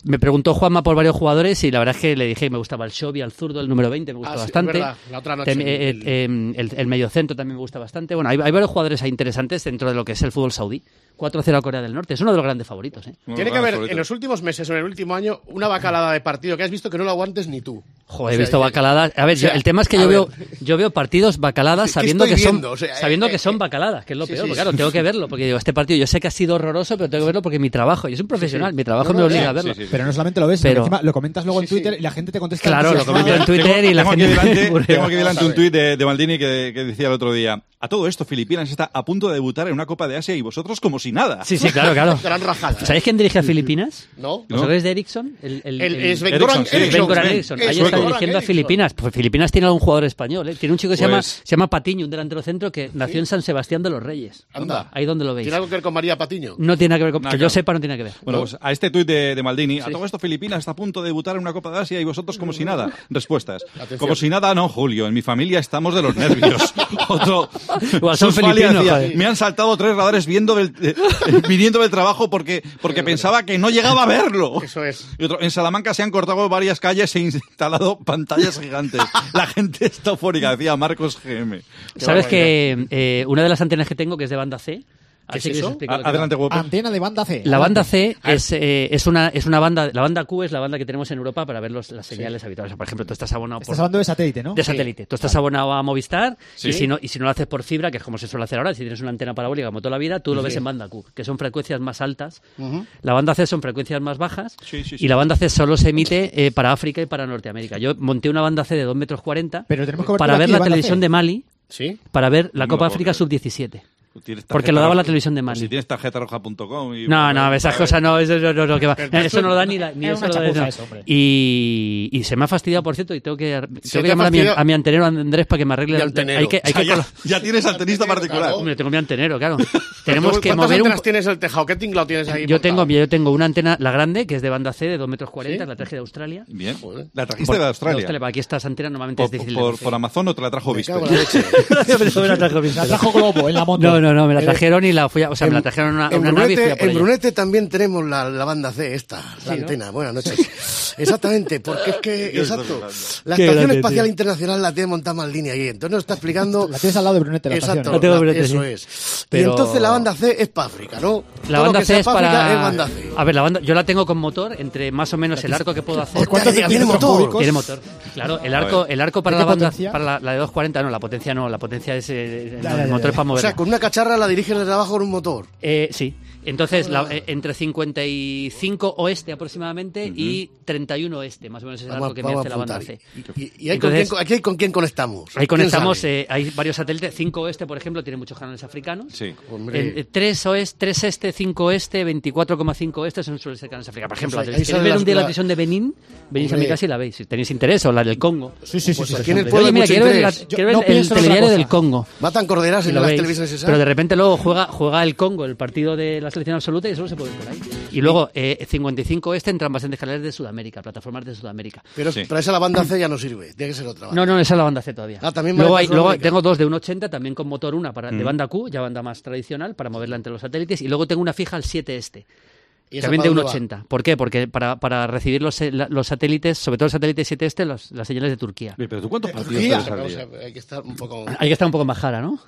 Speaker 7: Me preguntó Juanma por varios jugadores y la verdad es que le dije que me gustaba el Shobi, al zurdo, el número 20, me gustó
Speaker 3: Ah, sí, es
Speaker 7: bastante.
Speaker 3: verdad, la otra noche
Speaker 7: Tem- eh,
Speaker 3: el-
Speaker 7: eh, em, el, el mediocentro también me gusta bastante. Bueno, hay, hay varios jugadores ahí interesantes dentro de lo que es el fútbol saudí. 4-0 a Corea del Norte, es uno de los grandes favoritos. ¿eh?
Speaker 3: Tiene que haber en los últimos meses o en el último año una bacalada de partido que has visto que no lo aguantes ni tú.
Speaker 7: Joder,
Speaker 3: O
Speaker 7: he
Speaker 3: sea,
Speaker 7: visto
Speaker 3: ya-
Speaker 7: bacaladas. A ver,
Speaker 3: o sea,
Speaker 7: yo- el tema es que
Speaker 3: a
Speaker 7: yo
Speaker 3: ver.
Speaker 7: veo, yo veo partidos bacaladas
Speaker 3: ¿Qué
Speaker 7: sabiendo
Speaker 3: estoy
Speaker 7: que son
Speaker 3: viendo? O sea,
Speaker 7: sabiendo
Speaker 3: eh,
Speaker 7: que son bacaladas, que es lo
Speaker 3: sí,
Speaker 7: peor.
Speaker 3: sí,
Speaker 7: porque, claro,
Speaker 3: sí.
Speaker 7: tengo que verlo porque digo, este partido yo sé que ha sido horroroso, pero tengo que verlo porque es mi trabajo, yo soy un profesional, mi trabajo me
Speaker 13: No, no,
Speaker 7: obliga
Speaker 13: ya.
Speaker 7: a verlo.
Speaker 13: Pero no solamente lo ves, sino
Speaker 7: Pero-
Speaker 13: que encima lo comentas luego en Twitter y la gente te contesta.
Speaker 7: Claro, lo comento en Twitter y la
Speaker 6: tengo
Speaker 7: gente...
Speaker 6: Aquí
Speaker 7: (laughs)
Speaker 6: delante,
Speaker 7: murió.
Speaker 6: tengo aquí delante un tuit de, de Maldini que, que decía el otro día: A todo esto, Filipinas está a punto de debutar en una Copa de Asia y vosotros como si nada.
Speaker 7: Sí, sí,
Speaker 3: (laughs)
Speaker 7: claro, claro. Gran
Speaker 3: rajada. ¿eh? Mm-hmm.
Speaker 7: ¿Sabéis quién dirige a Filipinas?
Speaker 3: No.
Speaker 7: ¿Lo
Speaker 6: No.
Speaker 7: sabéis de Ericsson? El,
Speaker 3: El- es Sven Goran
Speaker 7: Ericsson, sí.
Speaker 3: Eriksson.
Speaker 7: Sven Goran Eriksson.
Speaker 3: Es
Speaker 7: Ahí
Speaker 3: Sven
Speaker 7: está
Speaker 3: Goran
Speaker 7: dirigiendo a
Speaker 3: Eriksson.
Speaker 7: Filipinas. Pues Filipinas tiene algún jugador español. ¿eh? Tiene un chico que se, llama,
Speaker 3: Pues-
Speaker 7: se llama Patiño, un delantero centro que nació en San Sebastián de los Reyes.
Speaker 3: Anda.
Speaker 7: Ahí donde lo veis.
Speaker 3: ¿Tiene algo que ver con María Patiño?
Speaker 7: No tiene nada que ver con...
Speaker 6: Nada
Speaker 7: que
Speaker 6: que
Speaker 7: yo
Speaker 6: ver.
Speaker 7: sepa, no tiene que ver.
Speaker 6: Bueno,
Speaker 7: ¿No?
Speaker 6: pues a este tuit de, de Maldini, a
Speaker 7: Sí.
Speaker 6: todo esto Filipinas está a punto de debutar en una Copa de Asia y vosotros como si (laughs) nada. Respuestas.
Speaker 3: Atención.
Speaker 6: Como si nada, no, Julio. En mi familia estamos de los (laughs) nervios. Otro.
Speaker 7: Igual son
Speaker 6: Susfali
Speaker 7: filipinos,
Speaker 6: hacía,
Speaker 7: joder.
Speaker 6: Me han saltado tres radares viendo del, eh, (laughs) eh, viniendo del trabajo porque, porque pensaba que no llegaba a verlo.
Speaker 3: Oh, Eso es.
Speaker 6: Y otro, en Salamanca se han cortado varias calles e instalado (laughs) pantallas (laughs) gigantes. La gente está eufórica, decía Marcos GM.
Speaker 7: Sabes que eh, una de las antenas que tengo, que es de banda C...
Speaker 6: ¿Qué es
Speaker 7: así que
Speaker 6: eso?
Speaker 7: os explico lo que
Speaker 6: A-
Speaker 7: va.
Speaker 6: adelante, guapo.
Speaker 13: Antena de banda C.
Speaker 7: La banda C es, eh, es, una, es una banda, la banda Q es la banda que tenemos en Europa para ver los- las señales habituales. O sea, Por ejemplo, tú estás abonado
Speaker 13: Estás
Speaker 7: por,
Speaker 13: hablando de satélite, ¿no?
Speaker 7: De satélite. Tú estás abonado a Movistar
Speaker 6: Sí.
Speaker 7: y, si no, y si no lo haces por fibra, que es como se suele hacer ahora, si tienes una antena parabólica como toda la vida, tú lo ves
Speaker 3: Sí.
Speaker 7: en banda Q, que son frecuencias más altas.
Speaker 3: Ujú.
Speaker 7: La banda C son frecuencias más bajas
Speaker 6: Sí, sí, sí.
Speaker 7: y la banda C solo se emite eh, para África y para Norteamérica. Yo monté una banda C de 2 metros 40
Speaker 13: Pero tenemos cobertura
Speaker 7: para ver
Speaker 13: aquí de
Speaker 7: la
Speaker 13: banda
Speaker 7: televisión
Speaker 13: C.
Speaker 7: de Mali,
Speaker 3: Sí.
Speaker 7: para ver la
Speaker 6: No
Speaker 7: Copa
Speaker 6: lo
Speaker 7: África
Speaker 6: creo.
Speaker 7: Sub-17.
Speaker 6: Tú tienes
Speaker 7: Porque
Speaker 6: tarjeta
Speaker 7: lo daba la
Speaker 6: roja. Pues
Speaker 7: televisión de Mali.
Speaker 6: Si tienes tarjeta roja.com. y-
Speaker 7: No, no, esas cosas no, eso no, no, no, que va.
Speaker 3: Pero
Speaker 7: Eso no lo da ni, la, ni
Speaker 13: Es
Speaker 7: eso
Speaker 13: una
Speaker 7: lo da-
Speaker 13: chapuza
Speaker 7: no.
Speaker 13: eso, hombre.
Speaker 7: y, y se me ha fastidiado, por cierto, y tengo que,
Speaker 3: Se
Speaker 7: tengo
Speaker 3: te
Speaker 7: que
Speaker 3: ha
Speaker 7: llamar a mi,
Speaker 3: fastidiado-
Speaker 7: a mi antenero Andrés para que me arregle.
Speaker 3: Y
Speaker 7: la-
Speaker 3: antenero.
Speaker 7: Hay que, hay
Speaker 6: O sea,
Speaker 7: que
Speaker 6: ya,
Speaker 7: colo-
Speaker 6: ya tienes antenista particular.
Speaker 3: claro.
Speaker 7: Hombre, tengo mi antenero, claro. Tenemos que
Speaker 3: ¿Cuántas
Speaker 7: mover un...
Speaker 3: antenas tienes en el tejado? ¿Qué tinglado tienes ahí?
Speaker 7: Yo
Speaker 3: montado?
Speaker 7: tengo, yo tengo una antena, la grande, que es de banda C, de 2 metros 40,
Speaker 3: ¿Sí?
Speaker 7: la traje de Australia.
Speaker 6: Bien.
Speaker 3: Joder.
Speaker 6: La trajiste de Australia.
Speaker 7: Aquí estas antenas normalmente
Speaker 6: Por,
Speaker 7: es difícil. de
Speaker 6: por-
Speaker 7: conseguir.
Speaker 6: por Amazon o te la trajo Viste.
Speaker 3: cago en la
Speaker 7: (laughs)
Speaker 3: leche.
Speaker 7: Pero me la (laughs) trajo bien.
Speaker 13: La trajo Globo en la moto.
Speaker 7: No, no, no, me la
Speaker 3: Eh,
Speaker 7: trajeron y la fui a... O sea, me la trajeron una,
Speaker 3: en
Speaker 7: una nave y fui a
Speaker 3: Brunete,
Speaker 7: por
Speaker 3: en
Speaker 7: ella.
Speaker 3: Brunete también tenemos la, la banda C, esta, la
Speaker 7: ¿no?
Speaker 3: antena. Buenas noches. Exactamente, porque es
Speaker 6: (laughs)
Speaker 3: que,
Speaker 6: Dios,
Speaker 3: exacto,
Speaker 6: está
Speaker 3: la
Speaker 7: Qué
Speaker 3: Estación
Speaker 7: grande,
Speaker 3: Espacial
Speaker 7: tío.
Speaker 3: Internacional la tiene montada más línea ahí. Entonces nos está explicando...
Speaker 13: La tienes al lado de Brunete, la
Speaker 3: Exacto,
Speaker 13: estación.
Speaker 7: La tengo
Speaker 3: la-
Speaker 7: Brunete,
Speaker 3: eso
Speaker 7: sí.
Speaker 3: es. Y
Speaker 7: Pero-
Speaker 3: entonces la banda C es para África, ¿no?
Speaker 7: La
Speaker 3: Todo lo
Speaker 7: banda
Speaker 3: que
Speaker 7: C
Speaker 3: sea
Speaker 7: es
Speaker 3: pa' África
Speaker 7: para.
Speaker 3: es banda C.
Speaker 7: A ver, la banda, yo la tengo con motor, entre más o menos el arco que puedo hacer.
Speaker 13: ¿Cuántos
Speaker 3: Hostia,
Speaker 13: centímetros
Speaker 3: motor.
Speaker 13: cúbicos?
Speaker 7: Tiene motor. Claro, el arco, el arco para
Speaker 13: ¿De qué
Speaker 7: la banda,
Speaker 13: potencia?
Speaker 7: para la, la de 240, no, la potencia no, la potencia es eh,
Speaker 13: Ya,
Speaker 7: no,
Speaker 13: ya,
Speaker 7: el
Speaker 13: ya,
Speaker 7: motor
Speaker 13: ya.
Speaker 7: es para
Speaker 3: O
Speaker 7: moverla.
Speaker 3: sea, con una cacharra la diriges desde abajo con un motor.
Speaker 7: Eh, sí. Entonces, la- eh, entre 55 oeste aproximadamente y 31 oeste, más o menos es el arco que me hace la banda C.
Speaker 3: Y- Y, y hay con
Speaker 7: Entonces-
Speaker 3: quién- aquí hay con quién conectamos.
Speaker 7: Ahí conectamos,
Speaker 3: ¿Quién sabe?
Speaker 7: eh, hay varios satélites. 5 oeste, por ejemplo, tiene muchos canales africanos.
Speaker 6: Sí.
Speaker 3: Hombre.
Speaker 7: 3 oeste, 3 este, 5 oeste, 24,5 este son suelen ser canales africanos. Por ejemplo,
Speaker 3: Ahí
Speaker 7: la televisión-
Speaker 3: salen
Speaker 7: ¿queréis ver
Speaker 3: las-
Speaker 7: un día la
Speaker 3: la-
Speaker 7: televisión de Benín? Venís a
Speaker 3: Hombre.
Speaker 7: mi casa y la veis, si tenéis interés, o la del Congo.
Speaker 13: Sí, sí, sí.
Speaker 3: Pues
Speaker 13: sí,
Speaker 3: aquí en el
Speaker 13: sí.
Speaker 3: pueblo hay
Speaker 7: Oye, mira,
Speaker 3: mucho
Speaker 7: quiero ver, la-
Speaker 3: interés.
Speaker 13: Yo-
Speaker 7: quiero
Speaker 13: no
Speaker 7: ver el
Speaker 13: pienso en otra
Speaker 7: telediario
Speaker 13: cosa.
Speaker 7: del Congo.
Speaker 3: Matan corderas
Speaker 7: Y
Speaker 3: en
Speaker 7: lo
Speaker 3: las ¿eh?
Speaker 7: veis.
Speaker 3: televisiones esas.
Speaker 7: Pero de repente luego juega, juega el Congo, el partido de la selección absoluta, y solo se puede ver por ahí. Y luego, eh, 55 este entran bastantes canales de Sudamérica, plataformas de Sudamérica.
Speaker 3: Pero
Speaker 6: Sí.
Speaker 3: para esa la banda C ya no sirve. Tiene que ser otra. banda.
Speaker 7: No, no, esa es la banda C todavía.
Speaker 3: Ah, también
Speaker 7: luego,
Speaker 3: vale
Speaker 7: hay-
Speaker 3: para
Speaker 7: luego
Speaker 3: Sudamérica.
Speaker 7: tengo dos de 1,80 también con motor, una para,
Speaker 6: Mm.
Speaker 7: de banda Q, ya banda más tradicional, para moverla entre los satélites. Y luego tengo una fija al 7 este,
Speaker 3: ¿Y esa
Speaker 7: también
Speaker 3: para
Speaker 7: de
Speaker 3: dónde va?
Speaker 7: 1,80. ¿Por qué? Porque para, para recibir los, eh, la- los satélites, sobre todo el satélite 7 este, los- las señales de Turquía.
Speaker 6: Oye, Pero tú cuántos partidos
Speaker 3: Turquía.
Speaker 6: ves al
Speaker 3: Eh, Vamos
Speaker 6: día?
Speaker 3: a ver, Hay que estar un poco.
Speaker 7: Hay que estar un poco más jara, ¿no?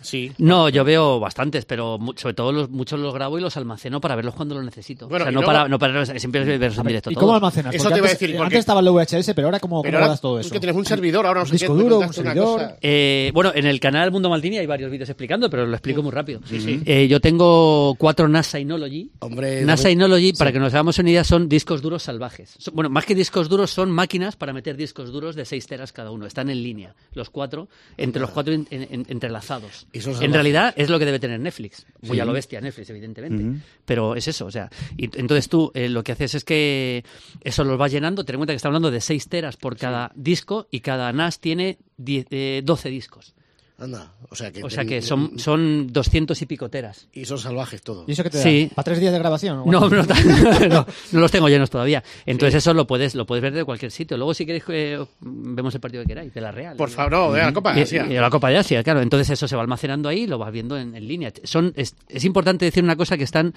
Speaker 3: Sí.
Speaker 7: No, yo veo bastantes, pero mu- sobre todo los, muchos los grabo y los almaceno para verlos cuando los necesito.
Speaker 3: Bueno,
Speaker 7: o sea,
Speaker 3: y
Speaker 7: no,
Speaker 3: luego- Mm.
Speaker 7: para, no para siempre verlos en directo.
Speaker 13: ¿Y
Speaker 7: todos.
Speaker 13: cómo almacenas?
Speaker 3: Eso
Speaker 13: Porque
Speaker 3: te iba a
Speaker 13: antes-
Speaker 3: decir, porque-
Speaker 13: Antes estaba el VHS, pero ahora cómo cómo
Speaker 3: Pero ahora
Speaker 13: guardas todo
Speaker 3: tú
Speaker 13: eso.
Speaker 3: que tienes un servidor, ahora no sé
Speaker 13: Disco
Speaker 3: qué,
Speaker 13: duro, un
Speaker 3: inventaste una
Speaker 13: servidor.
Speaker 3: cosa.
Speaker 7: Eh, bueno, en el canal Mundo Maldini Mm. hay varios vídeos explicando, pero lo explico muy rápido. Eh, yo tengo cuatro NASA Inology.
Speaker 3: Hombre,
Speaker 7: NASA Synology, para que nos hagamos una idea, son discos duros salvajes. Son- Bueno, más que discos duros, son máquinas para meter discos duros de 6 teras cada uno. Están en línea, los cuatro, entre los cuatro en- en- en- entrelazados.
Speaker 12: Y son
Speaker 7: en
Speaker 12: salvajes.
Speaker 7: realidad es lo que debe tener Netflix. Voy
Speaker 12: Sí.
Speaker 7: a lo bestia, Netflix, evidentemente.
Speaker 12: Ujú.
Speaker 7: Pero es eso, o sea. Y t- entonces tú eh, lo que haces es que eso los vas llenando. Ten en cuenta que está hablando de 6 teras por cada disco y cada NAS tiene die- eh, 12 discos.
Speaker 12: Anda, o sea que.
Speaker 7: O sea que son, son 200 y pico teras.
Speaker 12: Y son salvajes todos.
Speaker 13: ¿Y eso qué te
Speaker 7: Sí.
Speaker 13: da? ¿Para tres días de grabación? o
Speaker 7: No,
Speaker 13: algo?
Speaker 7: no, tan- no, (laughs) no los tengo llenos todavía. Entonces eso lo puedes, lo puedes ver de cualquier sitio. Luego si queréis eh, vemos el partido que queráis, de la Real.
Speaker 3: Por favor, no, de la Copa de
Speaker 7: Eh,
Speaker 3: Asia.
Speaker 7: eh, la Copa de Asia, claro. Entonces eso se va almacenando ahí y lo vas viendo en, en línea. Son, es, es importante decir una cosa que están,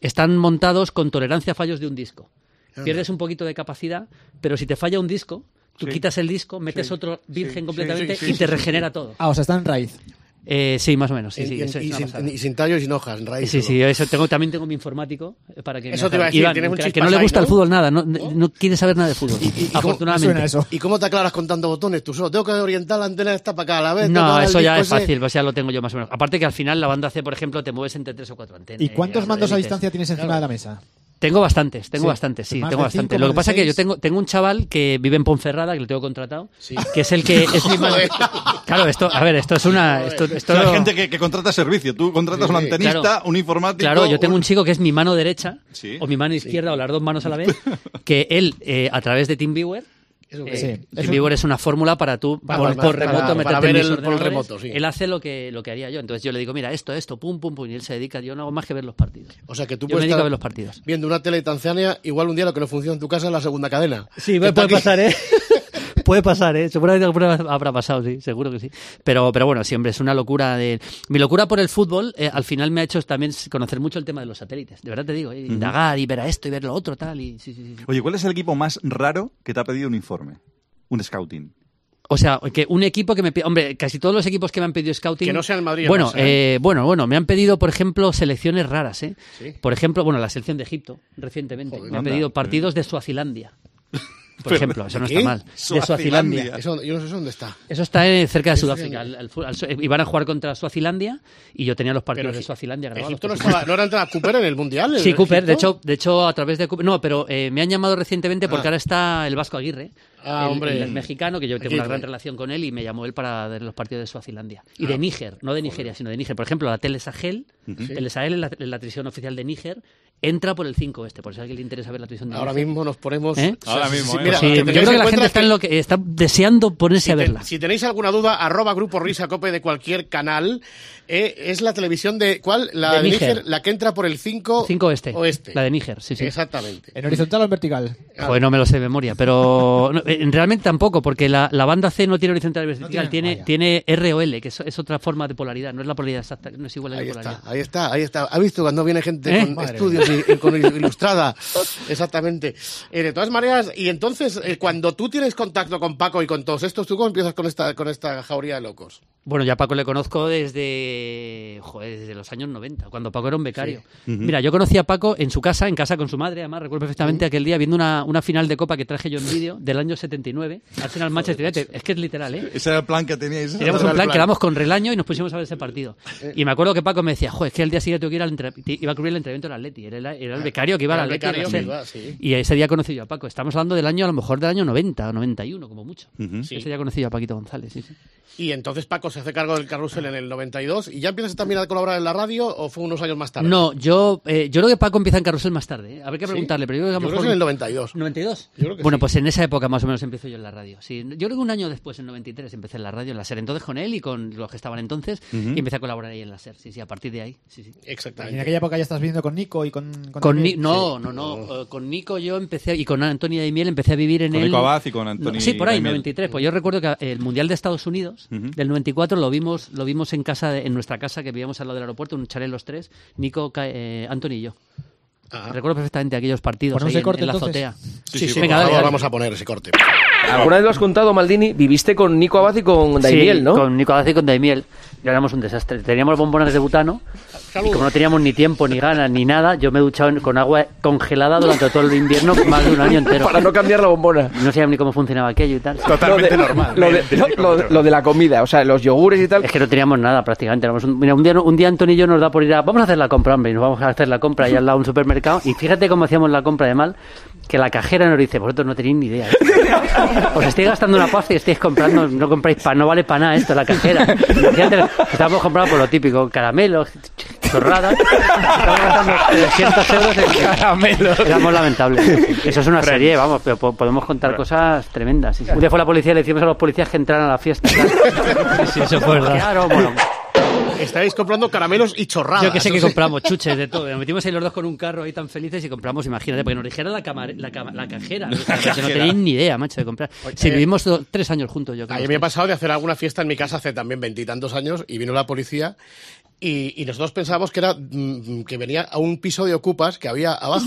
Speaker 7: están montados con tolerancia a fallos de un disco.
Speaker 12: Anda.
Speaker 7: Pierdes un poquito de capacidad, pero si te falla un disco, tú
Speaker 12: Sí.
Speaker 7: quitas el disco, metes
Speaker 12: Sí.
Speaker 7: otro virgen
Speaker 12: Sí,
Speaker 7: completamente
Speaker 12: sí, sí,
Speaker 7: y
Speaker 12: sí,
Speaker 7: te
Speaker 12: sí, sí.
Speaker 7: regenera todo.
Speaker 13: Ah, o sea, está en raíz.
Speaker 7: Eh, sí, más o menos. Sí,
Speaker 12: Y-
Speaker 7: sí,
Speaker 12: y,
Speaker 7: eso es
Speaker 12: y
Speaker 7: una pasada.
Speaker 12: sin, y sin tallos y sin hojas, en raíz.
Speaker 7: Sí,
Speaker 12: todo.
Speaker 7: sí, eso tengo, también tengo mi informático eh, para que
Speaker 12: Eso
Speaker 7: me
Speaker 12: te iba a
Speaker 7: haga-
Speaker 12: decir,
Speaker 7: Iván,
Speaker 12: tienes un
Speaker 7: que, que
Speaker 12: chispas
Speaker 7: no le
Speaker 12: ahí,
Speaker 7: gusta
Speaker 12: ¿no?
Speaker 7: el fútbol nada, no, no quiere saber nada de fútbol. afortunadamente.
Speaker 12: ¿Y cómo te aclaras contando botones tú solo? Tengo que orientar la antena esta para acá a la
Speaker 13: Pues
Speaker 12: vez. tengo que
Speaker 7: No,
Speaker 12: dar el
Speaker 7: eso ya
Speaker 12: disco
Speaker 7: es
Speaker 12: ese.
Speaker 7: fácil, o sea, lo tengo yo más o menos. Aparte que al final la banda C, por ejemplo, te mueves entre tres o cuatro antenas.
Speaker 13: ¿Y cuántos
Speaker 7: eh,
Speaker 13: mandos a
Speaker 7: élites.
Speaker 13: distancia tienes encima de la mesa?
Speaker 7: Tengo bastantes, tengo
Speaker 13: Sí.
Speaker 7: bastantes, sí,
Speaker 13: Más
Speaker 7: tengo
Speaker 13: de
Speaker 7: bastante.
Speaker 13: cinco,
Speaker 7: Lo que
Speaker 13: más de
Speaker 7: pasa es que yo
Speaker 13: seis.
Speaker 7: tengo, tengo un chaval que vive en Ponferrada, que lo tengo contratado, que es el que es
Speaker 6: (laughs)
Speaker 7: mi man-
Speaker 6: Joder.
Speaker 7: Claro, esto, a ver, esto es una... Esto, esto-
Speaker 6: O sea, hay gente que, que contrata servicio. Tú contratas
Speaker 7: Sí,
Speaker 6: un
Speaker 7: sí.
Speaker 6: antenista,
Speaker 7: Claro.
Speaker 6: un informático.
Speaker 7: Claro, yo tengo
Speaker 6: un-
Speaker 7: un chico que es mi mano derecha,
Speaker 6: Sí.
Speaker 7: o mi mano izquierda, o las dos manos a la
Speaker 6: (laughs)
Speaker 7: vez, que él, eh, a través de TeamViewer,
Speaker 12: Eso
Speaker 7: eh,
Speaker 12: que- Sí.
Speaker 7: TeamViewer es una fórmula para tú,
Speaker 12: Para-
Speaker 7: por,
Speaker 12: para-
Speaker 7: por
Speaker 12: para-
Speaker 7: remoto,
Speaker 12: para
Speaker 7: meterte
Speaker 12: ver
Speaker 7: en mis
Speaker 12: el- por el
Speaker 7: ordenadores.
Speaker 12: remoto, sí.
Speaker 7: Él hace lo que, lo que haría yo. Entonces yo le digo, mira, esto, esto, pum, pum, pum, y él se dedica, yo no hago más que ver los partidos.
Speaker 12: O sea, que tú
Speaker 7: Yo me
Speaker 12: puedes
Speaker 7: dedico
Speaker 12: estar
Speaker 7: a ver los partidos.
Speaker 12: viendo una tele de Tanzania, igual un día lo que no funciona en tu casa es la segunda cadena.
Speaker 7: Sí, puede
Speaker 12: Está aquí.
Speaker 7: pasar, (laughs) ¿eh? Puede pasar, ¿eh? Seguramente alguna vez habrá pasado, sí, seguro que sí. Pero, pero bueno, siempre es una locura de... Mi locura por el fútbol eh, al final me ha hecho también conocer mucho el tema de los satélites, de verdad te digo, eh,
Speaker 6: Ujú.
Speaker 7: indagar y ver a esto y ver lo otro, tal, y sí, sí, sí. sí.
Speaker 6: Oye, ¿cuál es el equipo más raro que te ha pedido un informe? Un scouting.
Speaker 7: O sea, que un equipo que me pide, hombre, casi todos los equipos que me han pedido scouting.
Speaker 3: Que no sea el Madrid o el
Speaker 7: Bueno,
Speaker 3: Barça,
Speaker 7: eh, bueno, bueno, me han pedido, por ejemplo, selecciones raras, ¿eh?
Speaker 3: Sí.
Speaker 7: Por ejemplo, bueno, la selección de Egipto recientemente. me han
Speaker 12: anda.
Speaker 7: pedido partidos de Suazilandia. Por
Speaker 12: Pero-
Speaker 7: ejemplo, eso no
Speaker 12: ¿Qué?
Speaker 7: está mal. De Suazilandia.
Speaker 12: Eso- yo no sé dónde está.
Speaker 7: Eso está eh, cerca de
Speaker 12: Eso
Speaker 7: Sudáfrica. Al- al fu- al su- eh, iban a jugar contra Suazilandia y yo tenía los partidos de Suazilandia grabados.
Speaker 3: Egipto no,
Speaker 7: por
Speaker 3: estaba,
Speaker 7: supuesto.
Speaker 3: no era entre la Cooper en el Mundial.
Speaker 7: Sí,
Speaker 3: ¿El
Speaker 7: Cooper, de
Speaker 3: Egipto?
Speaker 7: hecho, de hecho, a través de Cooper. No, pero eh, me han llamado recientemente porque
Speaker 3: Ah.
Speaker 7: ahora está el Vasco Aguirre,
Speaker 3: Ah,
Speaker 7: el,
Speaker 3: hombre.
Speaker 7: el- el mexicano, que yo tengo
Speaker 3: Aguirre.
Speaker 7: una gran relación con él y me llamó él para ver los partidos de Suazilandia. Y
Speaker 3: Ah.
Speaker 7: de Níger, no de Nigeria, sino de Níger. Por ejemplo, la Tele Sahel,
Speaker 12: Ujú.
Speaker 7: Tele Sahel es la, es la televisión oficial de Níger, entra por el 5 este, por si a alguien le interesa ver la televisión de
Speaker 12: Ahora
Speaker 7: Níger.
Speaker 12: mismo nos ponemos.
Speaker 7: ¿Eh?
Speaker 12: O sea, sí, sí,
Speaker 7: Pues
Speaker 12: mira,
Speaker 7: sí,
Speaker 12: que tengáis
Speaker 7: yo
Speaker 12: en
Speaker 7: creo que la
Speaker 12: cuenta
Speaker 7: gente está, en lo que, está deseando ponerse a
Speaker 3: Te-
Speaker 7: verla.
Speaker 3: si tenéis alguna duda, arroba Grupo Risa Cope de cualquier canal. eh, es la televisión de. ¿Cuál? La
Speaker 7: De
Speaker 3: de
Speaker 7: Níger.
Speaker 3: Níger, la que entra por el 5
Speaker 7: 5 oeste,
Speaker 3: oeste.
Speaker 7: este, la de Níger, sí, sí.
Speaker 3: Exactamente.
Speaker 13: ¿En horizontal o en vertical?
Speaker 7: Joder, no me lo sé de memoria, pero (laughs) no, en- realmente tampoco, porque la, la banda C no tiene horizontal y vertical, tiene, tiene ROL, que es, es otra forma de polaridad, no es la polaridad exacta, no es igual a la
Speaker 12: Ahí
Speaker 7: polaridad.
Speaker 12: está, ahí está, ahí está. ¿Ha visto cuando viene gente
Speaker 7: ¿Eh?
Speaker 12: con
Speaker 7: Madre
Speaker 12: estudios
Speaker 7: mía.
Speaker 12: y, y
Speaker 7: (laughs)
Speaker 12: con il- ilustrada?
Speaker 3: Exactamente. Eh, de todas maneras, y entonces, eh, cuando tú tienes contacto con Paco y con todos estos, ¿tú cómo empiezas con esta, con esta jauría de locos?
Speaker 7: Bueno, ya a Paco le conozco desde, joder, desde los años 90, cuando Paco era un becario.
Speaker 12: Sí. Ujú.
Speaker 7: Mira, yo conocí a Paco en su casa, en casa con su madre, además recuerdo perfectamente aquel día viendo una, una final de copa que traje yo en vídeo del año 79, Arsenal Manchester United, es que es literal, ¿eh?
Speaker 6: Ese era el plan que teníais.
Speaker 7: Teníamos un plan, quedamos con Relaño y nos pusimos a ver ese partido.
Speaker 3: Eh.
Speaker 7: Y me acuerdo que Paco me decía, joder, es que el día siguiente tengo que ir al entre- iba a cubrir el entrenamiento del Atleti. Era, el- era el becario que iba al
Speaker 3: Ah, Era el
Speaker 7: Atleti. de
Speaker 3: becario
Speaker 7: la
Speaker 3: que
Speaker 7: SER.
Speaker 3: iba, sí.
Speaker 7: Y ese día conocí yo a Paco. Estamos hablando del año, a lo mejor del año 90 o 91, como mucho.
Speaker 6: Ujú.
Speaker 3: Sí.
Speaker 7: Ese día conocí yo a Paquito González. sí, sí.
Speaker 3: Y entonces Paco se hace cargo del carrusel en el 92 y ya empiezas también a colaborar en la radio o fue unos años más tarde.
Speaker 7: No, yo, eh, yo creo que Paco empieza en Carrusel más tarde. ¿eh? Habrá que preguntarle, pero yo creo que
Speaker 3: Yo
Speaker 7: a lo
Speaker 3: creo que
Speaker 7: mejor-
Speaker 3: en el 92.
Speaker 7: 92.
Speaker 3: Yo creo que
Speaker 7: bueno,
Speaker 3: sí.
Speaker 7: pues en esa época más o menos empiezo yo en la radio. Sí, yo creo que un año después, en 93, empecé en la radio, en la SER. Entonces con él y con los que estaban entonces,
Speaker 6: Ujú.
Speaker 7: y empecé a colaborar ahí en la SER. Sí, sí, a partir de ahí. Sí, sí.
Speaker 3: Exactamente.
Speaker 13: En aquella época ya estás viviendo con Nico y con...
Speaker 7: Con Ni-
Speaker 13: David.
Speaker 7: no, no, no,
Speaker 12: Oh.
Speaker 7: eh, Con Nico yo empecé y con Antonia Daimiel empecé a vivir en
Speaker 6: Con
Speaker 7: el.
Speaker 6: Nico Abad y con Antoni
Speaker 7: No, sí, por ahí, en
Speaker 6: Daimiel.
Speaker 7: 93. Pues yo recuerdo que el Mundial de Estados Unidos
Speaker 6: Ujú.
Speaker 7: del 94 lo vimos, lo vimos en casa, de- en nuestra casa que vivíamos al lado del aeropuerto, un chalet los tres, Nico, Ca- eh, Anthony y yo. Recuerdo perfectamente aquellos partidos
Speaker 12: Ah. ¿Ponemos
Speaker 7: ahí
Speaker 12: el
Speaker 7: en,
Speaker 12: corte,
Speaker 7: en la
Speaker 12: entonces?
Speaker 7: azotea.
Speaker 12: Sí, sí, por
Speaker 7: Venga,
Speaker 12: favor,
Speaker 7: dale, dale.
Speaker 12: vamos a poner ese corte.
Speaker 14: ¿Alguna vez lo has contado, Maldini? Viviste con Nico Abad y con Daimiel,
Speaker 7: Sí,
Speaker 14: ¿no?
Speaker 7: Con Nicolás y con Daimiel. Y éramos un desastre. Teníamos bombones de butano. Y como no teníamos ni tiempo, ni ganas, ni nada, yo me he duchado en- con agua congelada durante todo el
Speaker 14: (laughs)
Speaker 7: invierno, más de un año entero.
Speaker 14: Para no cambiar la bombona.
Speaker 7: No sabíamos ni cómo funcionaba aquello y tal.
Speaker 14: Lo de- Lo de, lo- lo de- lo de la comida, o sea, los yogures y tal.
Speaker 7: Es que no teníamos nada prácticamente. éramos un, mira, un día, un día Antonio y yo nos da por ir a. Vamos a hacer la compra, hombre. Y nos vamos a hacer la compra. Y al lado un supermercado. supermercado y fíjate cómo hacíamos la compra de mal, que la cajera nos dice, vosotros no tenéis ni idea. ¿eh? Os estáis gastando una pasta y estáis comprando, no compráis pan, no vale para nada esto, la cajera. Imagínate, lo- estábamos comprando por lo típico, caramelos, chorradas. Estábamos gastando 300 euros en caramelos. Éramos lamentables. Eso es una serie, vamos, pero po- podemos contar cosas tremendas. sí, sí. Un día fue la policía y le decimos a los policías que entraran a la fiesta. (laughs) Sí, eso fue Claro, bueno.
Speaker 3: Estáis comprando caramelos y chorradas.
Speaker 7: Yo que sé que
Speaker 3: o sea.
Speaker 7: compramos chuches
Speaker 3: (laughs)
Speaker 7: de todo. Nos metimos ahí los dos con un carro ahí tan felices y compramos, imagínate, pues porque nos dijera la, cama- la, cama- la cajera. ¿no?
Speaker 3: cajera.
Speaker 7: No tenéis ni idea, macho, de comprar. Si vivimos do- tres años juntos, eh, yo creo.
Speaker 3: A mí me ha pasado de hacer alguna fiesta en mi casa hace también veintitantos años y vino la policía y, y nosotros pensábamos que era mm, que venía a un piso de ocupas que había abajo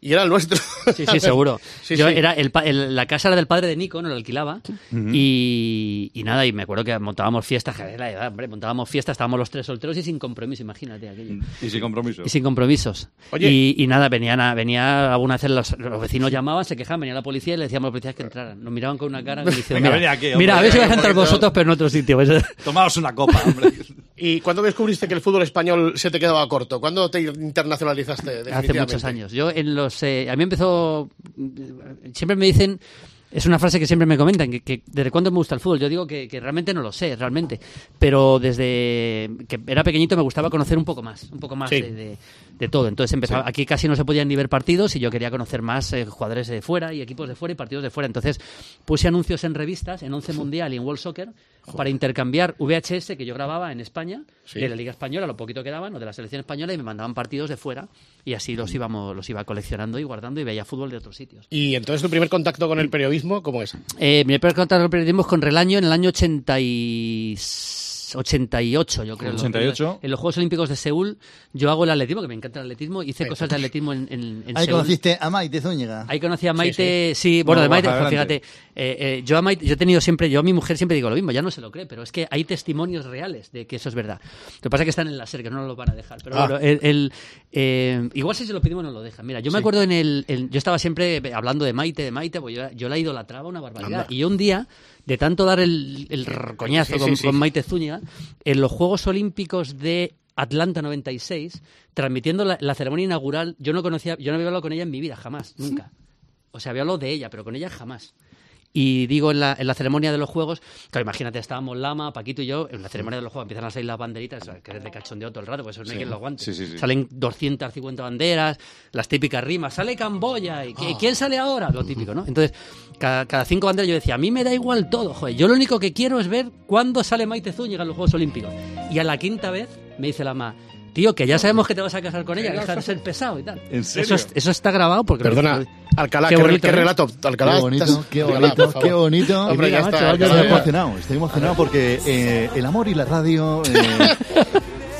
Speaker 3: y era el nuestro.
Speaker 7: Sí, sí, seguro.
Speaker 3: (laughs) Sí,
Speaker 7: Yo
Speaker 3: sí.
Speaker 7: Era eh, el pa- el- la casa era del padre de Nico, nos la alquilaba. y, y nada, y me acuerdo que montábamos fiestas, joder, la edad, hombre, montábamos fiestas, estábamos los tres solteros y sin compromiso, imagínate aquello.
Speaker 6: Y sin compromiso.
Speaker 7: Y sin compromisos.
Speaker 6: Oye.
Speaker 7: Y, y nada, venían a, venía alguna vez los, los vecinos llamaban, se quejaban, venía la policía y le decíamos a los policías que entraran. Nos miraban con una cara que diciendo, mira,
Speaker 8: Venga, venid aquí, hombre,
Speaker 7: mira, a ver si
Speaker 8: venga,
Speaker 7: vais a entrar
Speaker 8: porque
Speaker 7: vosotros, pero en otro sitio.
Speaker 8: Tomaos una copa, (laughs) hombre.
Speaker 3: ¿Y cuándo descubriste que el fútbol español se te quedaba corto? ¿Cuándo te internacionalizaste?
Speaker 7: Hace
Speaker 3: eh, definitivamente?
Speaker 7: muchos años. Yo en los... eh, a mí empezó... Siempre me dicen... Es una frase que siempre me comentan, que, que desde cuándo me gusta el fútbol. Yo digo que, que realmente no lo sé, realmente. Pero desde que era pequeñito me gustaba conocer un poco más, un poco más
Speaker 15: Sí.
Speaker 7: de, de- de todo. Entonces empezaba,
Speaker 15: Sí.
Speaker 7: aquí casi no se podían ni ver partidos y yo quería conocer más eh, jugadores de fuera y equipos de fuera y partidos de fuera. Entonces puse anuncios en revistas, en Once Mundial y en World Soccer, para intercambiar VHS que yo grababa en España,
Speaker 15: Sí.
Speaker 7: de la Liga Española, lo poquito que daban, o de la selección española, y me mandaban partidos de fuera y así los, íbamos, los iba coleccionando y guardando y veía fútbol de otros sitios.
Speaker 3: ¿Y entonces tu primer contacto con el periodismo cómo es?
Speaker 7: Eh, mi primer contacto con el periodismo es con Relaño en el año 80 y... 88, yo creo.
Speaker 6: 88.
Speaker 7: En los Juegos Olímpicos de Seúl, yo hago el atletismo, que me encanta el atletismo, hice cosas de atletismo en, en, en
Speaker 15: Ahí
Speaker 7: Seúl.
Speaker 15: conociste a Maite Zúñiga.
Speaker 7: Ahí conocí a Maite, sí, bueno,
Speaker 15: No,
Speaker 7: de Maite,
Speaker 15: baja,
Speaker 7: pues,
Speaker 15: adelante.
Speaker 7: fíjate, eh, eh, yo a Maite, yo he tenido siempre, yo a mi mujer siempre digo lo mismo, ya no se lo cree, pero es que hay testimonios reales de que eso es verdad. Lo que pasa es que están en la SER, que no nos lo van a dejar, pero
Speaker 15: Ah.
Speaker 7: bueno, el- el, eh, igual si se lo pedimos no lo dejan. Mira, yo me
Speaker 15: Sí.
Speaker 7: acuerdo en el, el- yo estaba siempre hablando de Maite, de Maite, porque yo, yo la idolatraba una barbaridad,
Speaker 15: Anda.
Speaker 7: y yo un día, de tanto dar el, el rrr, coñazo
Speaker 15: Sí, sí,
Speaker 7: con,
Speaker 15: sí.
Speaker 7: con Maite Zúñiga, en los Juegos Olímpicos de Atlanta 96, transmitiendo la, la ceremonia inaugural, yo no conocía, yo no había hablado con ella en mi vida, jamás, nunca. O sea, había hablado de ella, pero con ella jamás. Y digo en la, en la ceremonia de los juegos, claro, imagínate, estábamos Lama, Paquito y yo, en la ceremonia de los juegos empiezan a salir las banderitas, que es de cachondeo todo el rato, pues eso no hay
Speaker 15: Sí.
Speaker 7: quien lo aguante.
Speaker 15: Sí, sí, sí.
Speaker 7: Salen 250 banderas, las típicas rimas, sale Camboya, ¿y
Speaker 15: Ah.
Speaker 7: qui- quién sale ahora? Lo típico, ¿no? Entonces, cada, cada cinco banderas yo decía, a mí me da igual todo, joder, yo lo único que quiero es ver cuándo sale Maite Zúñiga en los Juegos Olímpicos. Y a la quinta vez me dice Lama, tío, que ya sabemos que te vas a casar con ella, deja de ser pesado y tal.
Speaker 3: ¿En serio?
Speaker 7: Eso, es- eso está grabado porque...
Speaker 3: Perdona, Alcalá, qué,
Speaker 7: bonito,
Speaker 3: qué
Speaker 7: ¿no?
Speaker 3: relato. Alcalá,
Speaker 15: Qué bonito,
Speaker 3: estás-
Speaker 15: qué
Speaker 3: Alcalá,
Speaker 15: bonito,
Speaker 3: por favor.
Speaker 15: qué bonito.
Speaker 3: Hombre, ya está, Alcalá,
Speaker 15: estoy
Speaker 3: ya.
Speaker 15: emocionado, estoy emocionado porque eh, el amor y la radio eh,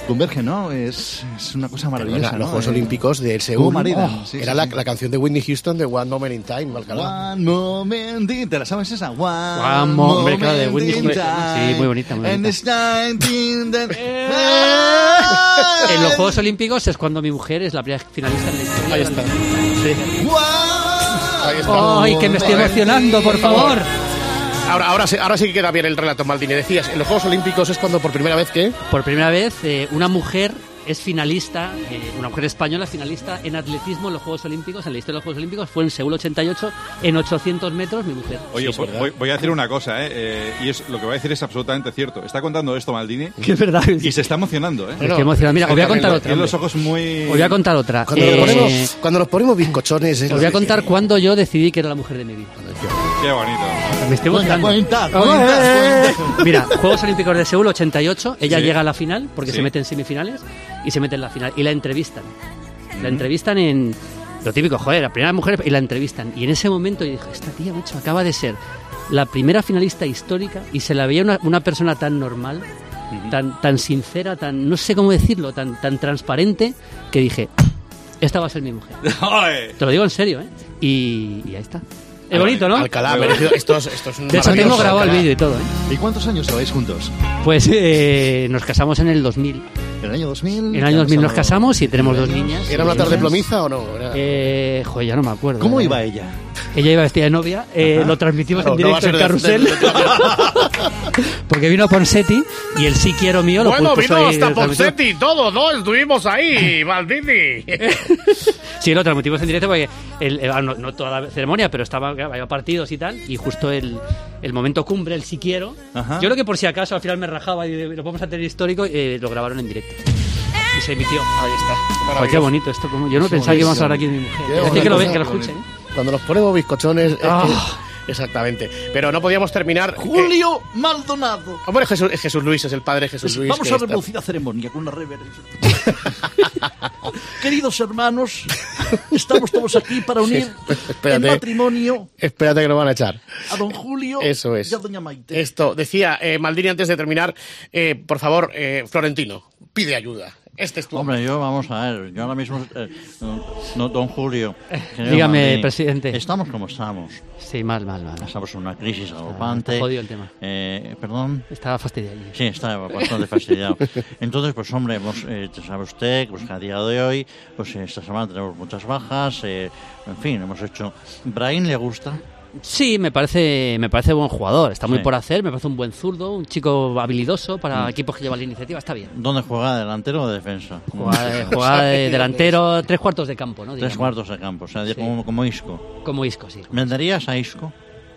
Speaker 15: convergen, ¿no? Es, es una cosa maravillosa.
Speaker 3: Perdona,
Speaker 15: ¿no?
Speaker 3: los Juegos
Speaker 15: Eh,
Speaker 3: Olímpicos de
Speaker 15: cómo
Speaker 3: Seúl.
Speaker 15: maridan,
Speaker 3: Oh,
Speaker 15: sí,
Speaker 3: era
Speaker 15: sí,
Speaker 3: la,
Speaker 15: sí.
Speaker 3: la canción de Whitney Houston de One Moment in Time, Alcalá.
Speaker 15: One moment in- ¿Te la sabes esa? One,
Speaker 7: One mo- hombre, claro, de Whitney
Speaker 15: in
Speaker 7: Houston.
Speaker 15: time.
Speaker 7: Sí, muy bonita, muy
Speaker 15: And
Speaker 7: bonita.
Speaker 15: it's 19 that-
Speaker 3: (laughs)
Speaker 7: En los Juegos Olímpicos es cuando mi mujer es la primera finalista en la historia. ¡Ah! Ahí está. Ay, que me estoy emocionando, por favor.
Speaker 3: Ahora, ahora, sí, ahora sí que queda bien el relato, Maldini. Decías, en los Juegos Olímpicos es cuando por primera vez que...
Speaker 7: Por primera vez, eh, una mujer es finalista, eh, una mujer española finalista en atletismo en los Juegos Olímpicos, en la historia de los Juegos Olímpicos, fue en Seúl 88, en 800 metros, mi mujer.
Speaker 6: Oye, voy, voy- voy a decir una cosa, ¿eh? Eh, y es, lo que voy a decir es absolutamente cierto. Está contando esto Maldini.
Speaker 7: Que (laughs) es verdad.
Speaker 6: Y se está emocionando, ¿eh?
Speaker 7: Es que emocionado. Mira, os voy a contar
Speaker 6: Tiene
Speaker 7: otra.
Speaker 6: los
Speaker 7: hombre.
Speaker 6: ojos muy...
Speaker 7: Os voy a contar otra.
Speaker 6: Cuando nos
Speaker 7: Eh,
Speaker 6: ponemos-
Speaker 3: Cuando nos ponemos bizcochones...
Speaker 7: os voy a contar cuándo yo decidí que era la mujer de mi vida.
Speaker 6: Qué bonito.
Speaker 7: Me estoy
Speaker 15: Cuenta,
Speaker 7: buscando.
Speaker 15: cuenta,
Speaker 7: ¡Oye! eh,
Speaker 15: cuenta, cuenta.
Speaker 7: Mira, Juegos Olímpicos de Seúl 88, ella
Speaker 15: Sí.
Speaker 7: llega a la final porque
Speaker 15: Sí.
Speaker 7: se mete en semifinales y se mete en la final y la entrevistan. La entrevistan en lo típico, joder, la primera mujer y la entrevistan y en ese momento yo dije, esta tía macho acaba de ser la primera finalista histórica y se la veía una, una persona tan normal, tan tan sincera, tan no sé cómo decirlo, tan tan transparente que dije, esta va a ser mi mujer. Te lo digo en serio, ¿eh? Y, y ahí está. Es bonito, ¿no?
Speaker 3: Alcalá, ha merecido- esto es- esto es un
Speaker 7: De hecho, tengo
Speaker 3: maravilloso,
Speaker 7: grabado el
Speaker 3: Alcalá.
Speaker 7: vídeo y todo, ¿eh?
Speaker 15: ¿Y cuántos años lleváis juntos?
Speaker 7: Pues eh, nos casamos en el 2000.
Speaker 15: En el año 2000.
Speaker 7: En el año 2000 nos casamos y tenemos dos niñas.
Speaker 3: ¿Era una tarde plomiza o no? Era-
Speaker 7: Eh, joder, ya no me acuerdo.
Speaker 15: ¿Cómo
Speaker 7: Eh,
Speaker 15: iba ella?
Speaker 7: Ella iba vestida de novia. eh,
Speaker 15: Ajá.
Speaker 7: lo transmitimos
Speaker 15: No,
Speaker 7: en
Speaker 15: no va a
Speaker 3: este
Speaker 7: directo en
Speaker 15: ser de-
Speaker 7: Carrusel.
Speaker 15: de-
Speaker 7: (laughs) porque vino Ponsetti y el sí quiero mío lo
Speaker 16: Bueno,
Speaker 7: puso
Speaker 16: vino
Speaker 7: ahí
Speaker 16: hasta
Speaker 7: lo transmitió.
Speaker 16: Ponsetti, todos, ¿no? Estuvimos ahí,
Speaker 7: (laughs)
Speaker 16: Maldini.
Speaker 7: Sí, lo transmitimos en directo porque el- el- no, no toda la ceremonia, pero estaba claro, había partidos y tal, y justo el, el momento cumbre, el si quiero.
Speaker 8: Ajá.
Speaker 7: Yo creo que por si acaso al final me rajaba y lo vamos a tener histórico, eh, lo grabaron en directo. Y se emitió. Ahí está. qué bonito esto. como- yo no
Speaker 3: Qué
Speaker 7: pensaba que íbamos a
Speaker 3: bonito.
Speaker 7: hablar aquí de mi mujer.
Speaker 3: Qué
Speaker 7: Decir
Speaker 3: bonito.
Speaker 7: que lo ve, que lo escuche. ¿eh?
Speaker 3: Cuando nos ponemos bizcochones. es que-
Speaker 7: Ah.
Speaker 3: Exactamente. Pero no podíamos terminar. eh,
Speaker 8: Julio Maldonado.
Speaker 3: hombre, Jesús, Jesús Luis es el padre de Jesús
Speaker 8: Pues
Speaker 3: Luis.
Speaker 8: vamos
Speaker 3: que
Speaker 8: a
Speaker 3: está-
Speaker 8: reproducir la ceremonia con una reverencia. (laughs) Queridos hermanos, estamos todos aquí para unir el
Speaker 3: Espérate.
Speaker 8: matrimonio
Speaker 3: Espérate que nos van a echar.
Speaker 8: a don Julio
Speaker 3: Eso es.
Speaker 8: y a doña Maite.
Speaker 3: Esto, decía eh, Maldini antes de terminar, eh, por favor, eh, Florentino, pide ayuda. Este es tu
Speaker 8: Hombre, yo vamos a ver, yo ahora mismo, eh, no, no, don
Speaker 7: (laughs)
Speaker 8: Julio. señor
Speaker 7: Dígame,
Speaker 8: Maldini,
Speaker 7: presidente.
Speaker 8: Estamos como estamos.
Speaker 7: Sí, mal, mal, mal.
Speaker 8: Estamos en una crisis
Speaker 7: está
Speaker 8: galopante.
Speaker 7: jodido el tema.
Speaker 8: Eh, perdón.
Speaker 7: Estaba fastidiado.
Speaker 8: Sí, está bastante fastidiado. Entonces, pues hombre, hemos, eh, ya sabe usted pues, que a día de hoy, pues eh, esta semana tenemos muchas bajas, eh, en fin, hemos hecho... Brain le gusta.
Speaker 7: Sí, me parece, me parece buen jugador. Está muy
Speaker 8: Sí.
Speaker 7: por hacer, me parece un buen zurdo, un chico habilidoso para
Speaker 8: Mm.
Speaker 7: equipos que llevan la iniciativa. Está bien.
Speaker 8: ¿Dónde juega? ¿Delantero o defensa?
Speaker 7: Juega de,
Speaker 8: (laughs)
Speaker 7: juega
Speaker 3: (laughs)
Speaker 7: de delantero, tres cuartos de campo, ¿no?
Speaker 8: Tres
Speaker 7: Digamos.
Speaker 8: cuartos de campo, o sea,
Speaker 7: Sí.
Speaker 8: como, como Isco.
Speaker 7: Como Isco, sí.
Speaker 8: ¿Venderías a Isco?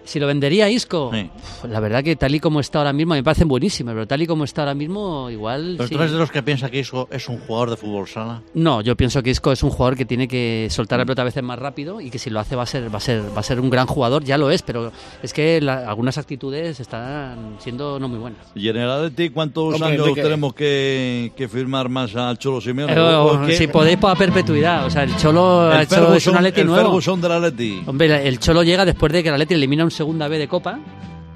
Speaker 7: Si lo vendería a Isco,
Speaker 8: Sí.
Speaker 7: Uf, la verdad que tal y como está ahora mismo, me parecen buenísimas, pero tal y como está ahora mismo, igual.
Speaker 8: Pero
Speaker 7: sí.
Speaker 8: tú eres de los que piensa que Isco es un jugador de fútbol sala.
Speaker 7: No, yo pienso que Isco es un jugador que tiene que soltar la pelota a veces más rápido y que si lo hace va a ser, va a ser, va a ser un gran jugador, ya lo es, pero es que la- algunas actitudes están siendo no muy buenas.
Speaker 8: ¿Y en el Atleti cuántos
Speaker 7: Hombre, años Enrique.
Speaker 8: tenemos que, firmar más al Cholo Simeone?
Speaker 7: Eh, o- si podéis para perpetuidad, o sea, el Cholo ha hecho es un Atleti nuevo.
Speaker 8: del Atleti.
Speaker 7: Hombre, el Cholo llega después de que el Atleti elimina un segunda B de Copa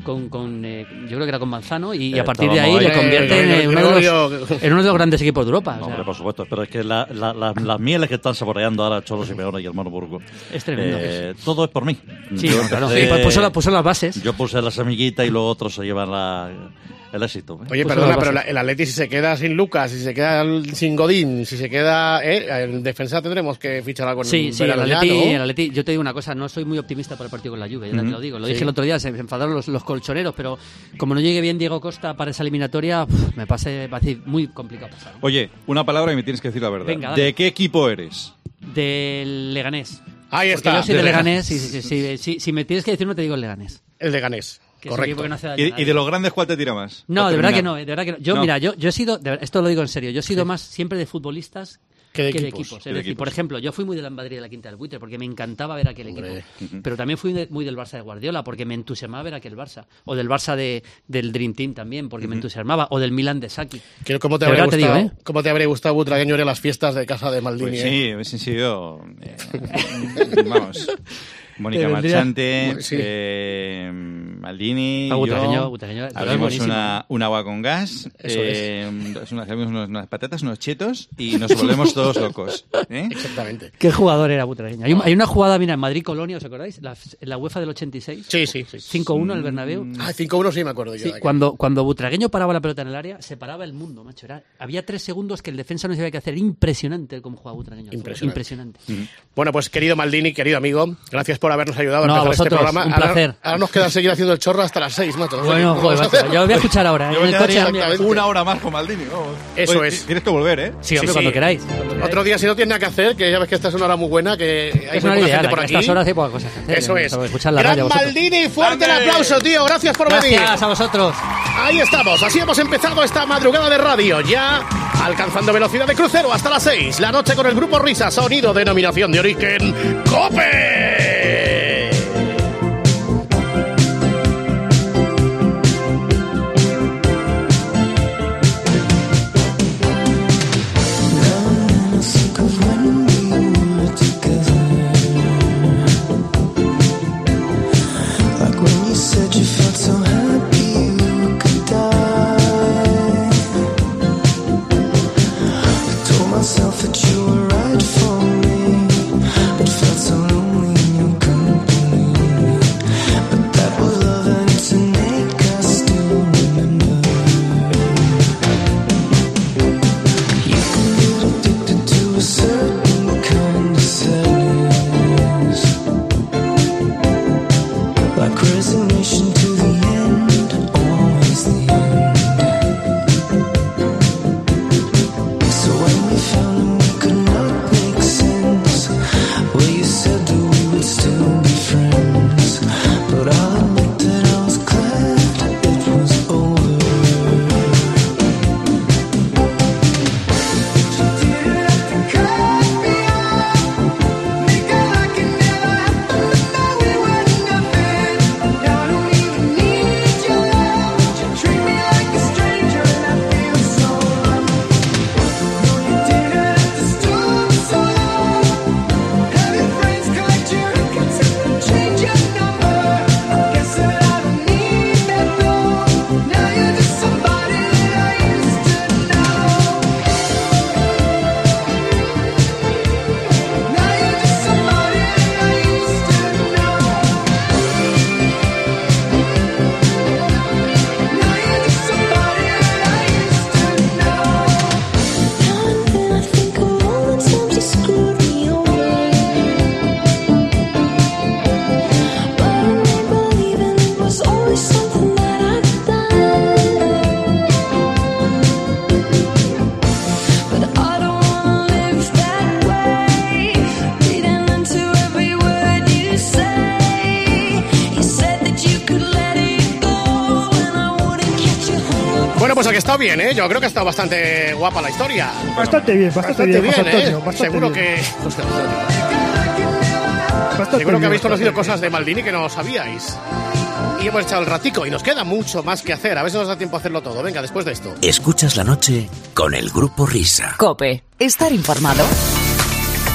Speaker 7: con, con, eh, yo creo que era con Manzano y,
Speaker 6: Eh,
Speaker 7: a partir de ahí
Speaker 8: Eh, estábamos
Speaker 7: le
Speaker 8: ahí.
Speaker 7: convierte en,
Speaker 8: Eh,
Speaker 7: eh, uno de los,
Speaker 8: Gregorio.
Speaker 7: en uno de los grandes equipos de Europa. o sea.
Speaker 8: Hombre, por supuesto, pero es que la- la- la- las mieles que están saboreando ahora Cholo Simeone y el Monoburgo.
Speaker 7: Es tremendo.
Speaker 8: Eh, todo es por mí.
Speaker 7: Sí,
Speaker 8: Yo
Speaker 7: claro.
Speaker 8: empecé-
Speaker 7: Sí, pues puso la- puso las bases.
Speaker 8: Yo puse las amiguitas y los otros se llevan la- el éxito. ¿eh?
Speaker 7: Pues
Speaker 3: Oye, perdona, pero la- el Atleti si se queda sin Lucas, si se queda el- sin Godín, si se queda eh, en defensa tendremos que fichar algo en
Speaker 7: Sí, sí, el
Speaker 3: verano ya,
Speaker 7: Atleti,
Speaker 3: ¿no?
Speaker 7: el Atleti- yo te digo una cosa, no soy muy optimista para el partido con la Juve, ya te
Speaker 3: Ujú.
Speaker 7: lo digo. Lo
Speaker 3: Sí.
Speaker 7: dije el otro día, se se enfadaron los, los colchoneros, pero como no llegue bien Diego Costa para esa eliminatoria, uf, me pase, va a ser muy complicado pasar.
Speaker 6: Oye, una palabra y me tienes que decir la verdad.
Speaker 7: Venga, dale.
Speaker 6: ¿De qué equipo eres?
Speaker 7: Del Leganés.
Speaker 3: Ahí
Speaker 7: Porque
Speaker 3: está.
Speaker 7: yo soy de
Speaker 3: Del
Speaker 7: Leganés,
Speaker 3: Leganés.
Speaker 7: sí, sí, sí, sí, sí, si me tienes que decir uno te digo el Leganés.
Speaker 3: El Leganés,
Speaker 7: Que es un equipo
Speaker 3: correcto.
Speaker 7: que no hace daño a
Speaker 6: ¿Y,
Speaker 7: nadie.
Speaker 6: y de los grandes cuál te tira más?
Speaker 7: No,
Speaker 6: Para
Speaker 7: de verdad que
Speaker 6: terminar.
Speaker 7: no, eh, de verdad que no. Yo,
Speaker 6: No.
Speaker 7: mira, yo, yo he sido, de ver- esto lo digo en serio, yo he sido más siempre de futbolistas
Speaker 3: Que
Speaker 7: que
Speaker 3: de
Speaker 7: de
Speaker 3: equipos.
Speaker 7: equipos. Es
Speaker 3: Que de
Speaker 7: decir,
Speaker 3: equipos.
Speaker 7: por ejemplo, yo fui muy de la Madrid de la Quinta del Buitre porque me encantaba ver aquel equipo. Pero también fui de- muy del Barça de Guardiola porque me entusiasmaba ver aquel Barça. O del Barça de, del Dream Team también porque me entusiasmaba. O del Milan de Saki.
Speaker 3: Que ¿Cómo te,
Speaker 7: De
Speaker 3: habría
Speaker 7: verdad te
Speaker 3: gustado,
Speaker 7: digo, ¿eh?
Speaker 3: ¿Cómo te habría gustado, Butragueño, ir a las fiestas de casa de Maldini?
Speaker 6: Pues
Speaker 3: eh?
Speaker 6: sí, hubiesen sido. eh,
Speaker 3: (laughs)
Speaker 6: vamos. Mónica
Speaker 3: vendría-
Speaker 6: Marchante,
Speaker 3: Sí.
Speaker 6: eh, Maldini.
Speaker 7: Ah,
Speaker 6: yo.
Speaker 7: Butragueño, Butragueño, pero es
Speaker 6: Abrimos
Speaker 7: buenísimo.
Speaker 6: una, un agua con gas.
Speaker 7: Eso
Speaker 6: eh, unas, hacemos unos- unas patatas, unos chetos y nos volvemos todos locos. ¿eh?
Speaker 3: Exactamente.
Speaker 7: ¿Qué jugador era Butragueño?
Speaker 3: Ah.
Speaker 7: Hay, un- hay una jugada, mira, en Madrid-Colonia, ¿os acordáis? La, la UEFA del 86.
Speaker 3: Sí, sí. sí.
Speaker 7: 5-1 en el Bernabéu.
Speaker 3: Ah, 5-1 sí me acuerdo yo.
Speaker 7: Sí,
Speaker 3: de aquel.
Speaker 7: cuando, cuando Butragueño paraba la pelota en el área, se paraba el mundo, macho. Era- había tres segundos Pues que el defensa no sabía qué hacer. Impresionante cómo jugaba Butragueño. al fútbol.
Speaker 3: Impresionante.
Speaker 7: Impresionante.
Speaker 3: Bueno, pues querido Maldini, querido amigo, gracias por habernos ayudado a
Speaker 7: No, a
Speaker 3: empezar este
Speaker 7: vosotros,
Speaker 3: programa.
Speaker 7: un
Speaker 3: Ahora-
Speaker 7: placer.
Speaker 3: Ahora, nos queda seguir haciendo el chorro hasta las 6, macho.
Speaker 7: Bueno,
Speaker 3: (laughs)
Speaker 7: joder,
Speaker 3: Vamos a
Speaker 7: macho,
Speaker 3: hacer-
Speaker 7: yo lo voy a escuchar ahora. ¿eh?
Speaker 6: Yo
Speaker 7: En el
Speaker 6: ya
Speaker 7: coche.
Speaker 6: daría una hora más con Maldini. Oh. vamos.
Speaker 3: Eso
Speaker 6: Oye,
Speaker 3: es.
Speaker 6: Tienes que volver, ¿eh?
Speaker 7: Sí, hombre, cuando queráis.
Speaker 3: Otro día, si no tienes nada que hacer, que ya ves que esta es una hora muy buena, que hay
Speaker 7: Es
Speaker 3: muy
Speaker 7: una
Speaker 3: poca
Speaker 7: idea,
Speaker 3: gente por
Speaker 7: la que a
Speaker 3: aquí.
Speaker 7: estas horas hay pocas cosas que hacer. ¿eh?
Speaker 3: Eso es.
Speaker 7: Sobre Escuchar la
Speaker 3: Gran
Speaker 7: radio vosotros.
Speaker 3: Maldini, fuerte el
Speaker 7: ¡Grande!
Speaker 3: aplauso, tío. Gracias por venir.
Speaker 7: Gracias a vosotros.
Speaker 3: Ahí estamos, así hemos empezado esta madrugada de radio, ya alcanzando velocidad de crucero hasta las 6, la noche con el grupo Risa, sonido denominación de origen COPE.
Speaker 17: Like when you said you felt so happy you could die. I told myself that you were right for me, but felt so lonely in your
Speaker 3: está bien, ¿eh? Yo creo que está bastante guapa la historia.
Speaker 18: Bastante bien, bastante,
Speaker 3: Bastante
Speaker 18: bien,
Speaker 3: bien,
Speaker 18: José
Speaker 3: ¿eh?
Speaker 18: Antonio, bastante
Speaker 3: Seguro
Speaker 18: bien.
Speaker 3: que... Hostia, José Antonio.
Speaker 18: Bastante
Speaker 3: Seguro que
Speaker 18: bien,
Speaker 3: habéis conocido
Speaker 18: bastante
Speaker 3: cosas de Maldini que no sabíais. Y hemos echado el ratico y nos queda mucho más que hacer. A ver si nos da tiempo a hacerlo todo. Venga, después de esto.
Speaker 19: Escuchas la noche con el grupo Risa.
Speaker 2: Cope, estar informado.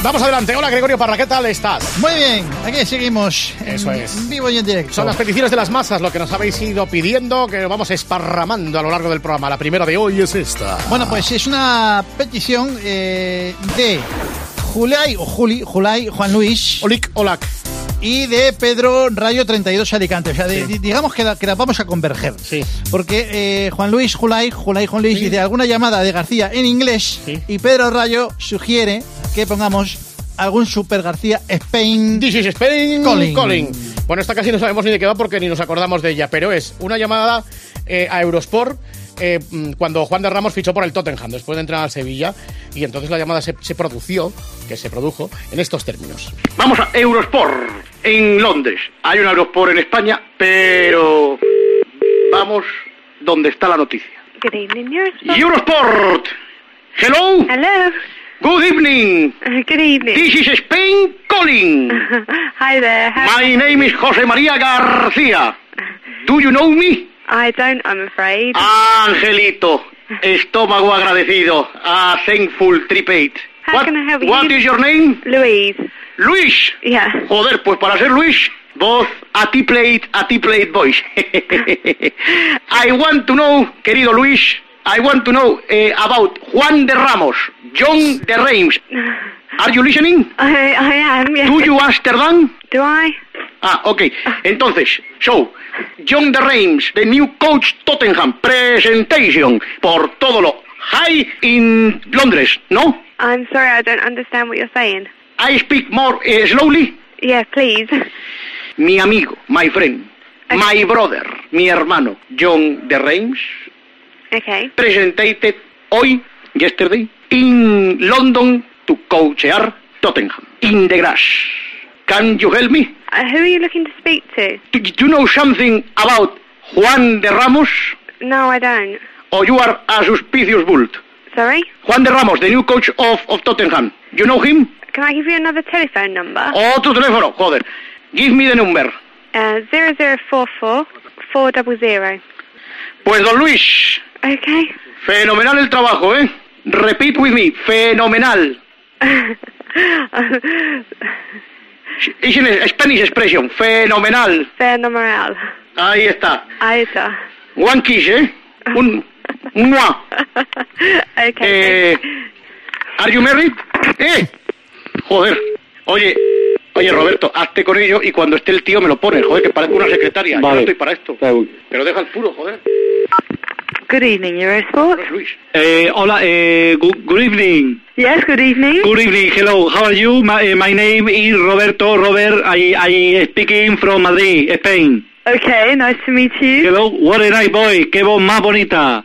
Speaker 3: Vamos adelante. Hola, Gregorio Parra, ¿qué tal estás?
Speaker 19: Muy bien, aquí seguimos. Mm.
Speaker 3: Eso es.
Speaker 19: Vivo y en directo.
Speaker 3: Son las peticiones de las masas lo que nos habéis ido pidiendo, que vamos esparramando a lo largo del programa. La primera de hoy es esta.
Speaker 19: Bueno, pues es una petición eh, de Julay, o Juli, Julay, Juan Luis.
Speaker 3: Olic, Olac.
Speaker 19: Y de Pedro Rayo 32 Alicante. O sea, de- di- digamos que la, que la vamos a converger. Sí. Porque eh, Juan Luis, Julay, Julay, Juan Luis dice alguna llamada de García en inglés. Y Pedro Rayo sugiere que pongamos algún Super García Spain.
Speaker 3: This is Spain
Speaker 19: Calling.
Speaker 3: Calling. Bueno, esta casi no sabemos ni de qué va porque ni nos acordamos de ella, pero es una llamada eh, a Eurosport. eh, mm, cuando Juan de Ramos fichó por el Tottenham después de entrar al Sevilla y entonces la llamada se, se produció, que se produjo, en estos términos.
Speaker 20: Vamos a Eurosport en Londres. Hay un Eurosport en España, pero vamos donde está la noticia.
Speaker 21: Good evening, Eurosport.
Speaker 20: Eurosport. Hello.
Speaker 21: Hello. Uh,
Speaker 20: Good evening.
Speaker 21: Good evening.
Speaker 20: This is Spain calling.
Speaker 21: (laughs) Hi there. How-
Speaker 20: My name is José María García. Do you know me? Ah,
Speaker 21: I don't, I'm afraid.
Speaker 20: Angelito, estómago agradecido. A thankful tripate.
Speaker 21: How can I help you?
Speaker 20: What is your name?
Speaker 21: Louise.
Speaker 20: Luis.
Speaker 21: Yeah.
Speaker 20: Joder, pues para ser Luis, voz a ti plate, a ti plate voice. (laughs) I want to know, querido Luis, I want to know eh, about Juan de Ramos, John de Reims. Are you listening?
Speaker 21: I, I am, yes.
Speaker 20: Do you Amsterdam?
Speaker 21: Do I?
Speaker 20: Ah, ok. Entonces, so, John de Reims, the new coach Tottenham, presentation por todo lo high in Londres, ¿no?
Speaker 21: (laughs) I'm sorry, I don't understand what you're saying.
Speaker 20: I speak more eh, slowly.
Speaker 21: Yeah, please. (laughs)
Speaker 20: mi amigo, my friend, my brother, mi hermano, John de Reims,
Speaker 21: Okay.
Speaker 20: presented hoy, yesterday, in London to coachear Tottenham, in the grass. Can you help me?
Speaker 21: Uh, who are you looking to speak to?
Speaker 20: Do you know something about Juan de Ramos?
Speaker 21: No, I don't.
Speaker 20: Or you are a suspicious bull?
Speaker 21: Sorry?
Speaker 20: Juan de Ramos, the new coach of, of Tottenham. You know him?
Speaker 21: Can I give you another telephone number?
Speaker 20: Otro teléfono, joder. Give me the number.
Speaker 21: Uh, 0044 (laughs) 400.
Speaker 20: Pues don Luis,
Speaker 21: Okay.
Speaker 20: Fenomenal el trabajo, ¿eh? Repeat with me, fenomenal. Es una Spanish expression, fenomenal.
Speaker 21: Phenomenal.
Speaker 20: Ahí está.
Speaker 21: Ahí está.
Speaker 20: One kiss, ¿eh? Un mua. Eh, are you married? Eh. Joder. Oye, oye Roberto, hazte con ello y cuando esté el tío me lo pones, joder, que parezco una secretaria. Yo no
Speaker 22: Vale.
Speaker 20: estoy para esto. Pero deja el puro, joder.
Speaker 22: Good evening, Eurosport.
Speaker 20: Luis.
Speaker 22: Eh, hola, eh, good, good evening.
Speaker 21: Yes, good evening.
Speaker 22: Good evening, hello, how are you? My, eh, my name is Roberto Robert, I, I speaking from Madrid, Spain.
Speaker 21: Okay, nice to meet you.
Speaker 22: Hello, what a nice boy, qué voz más bonita.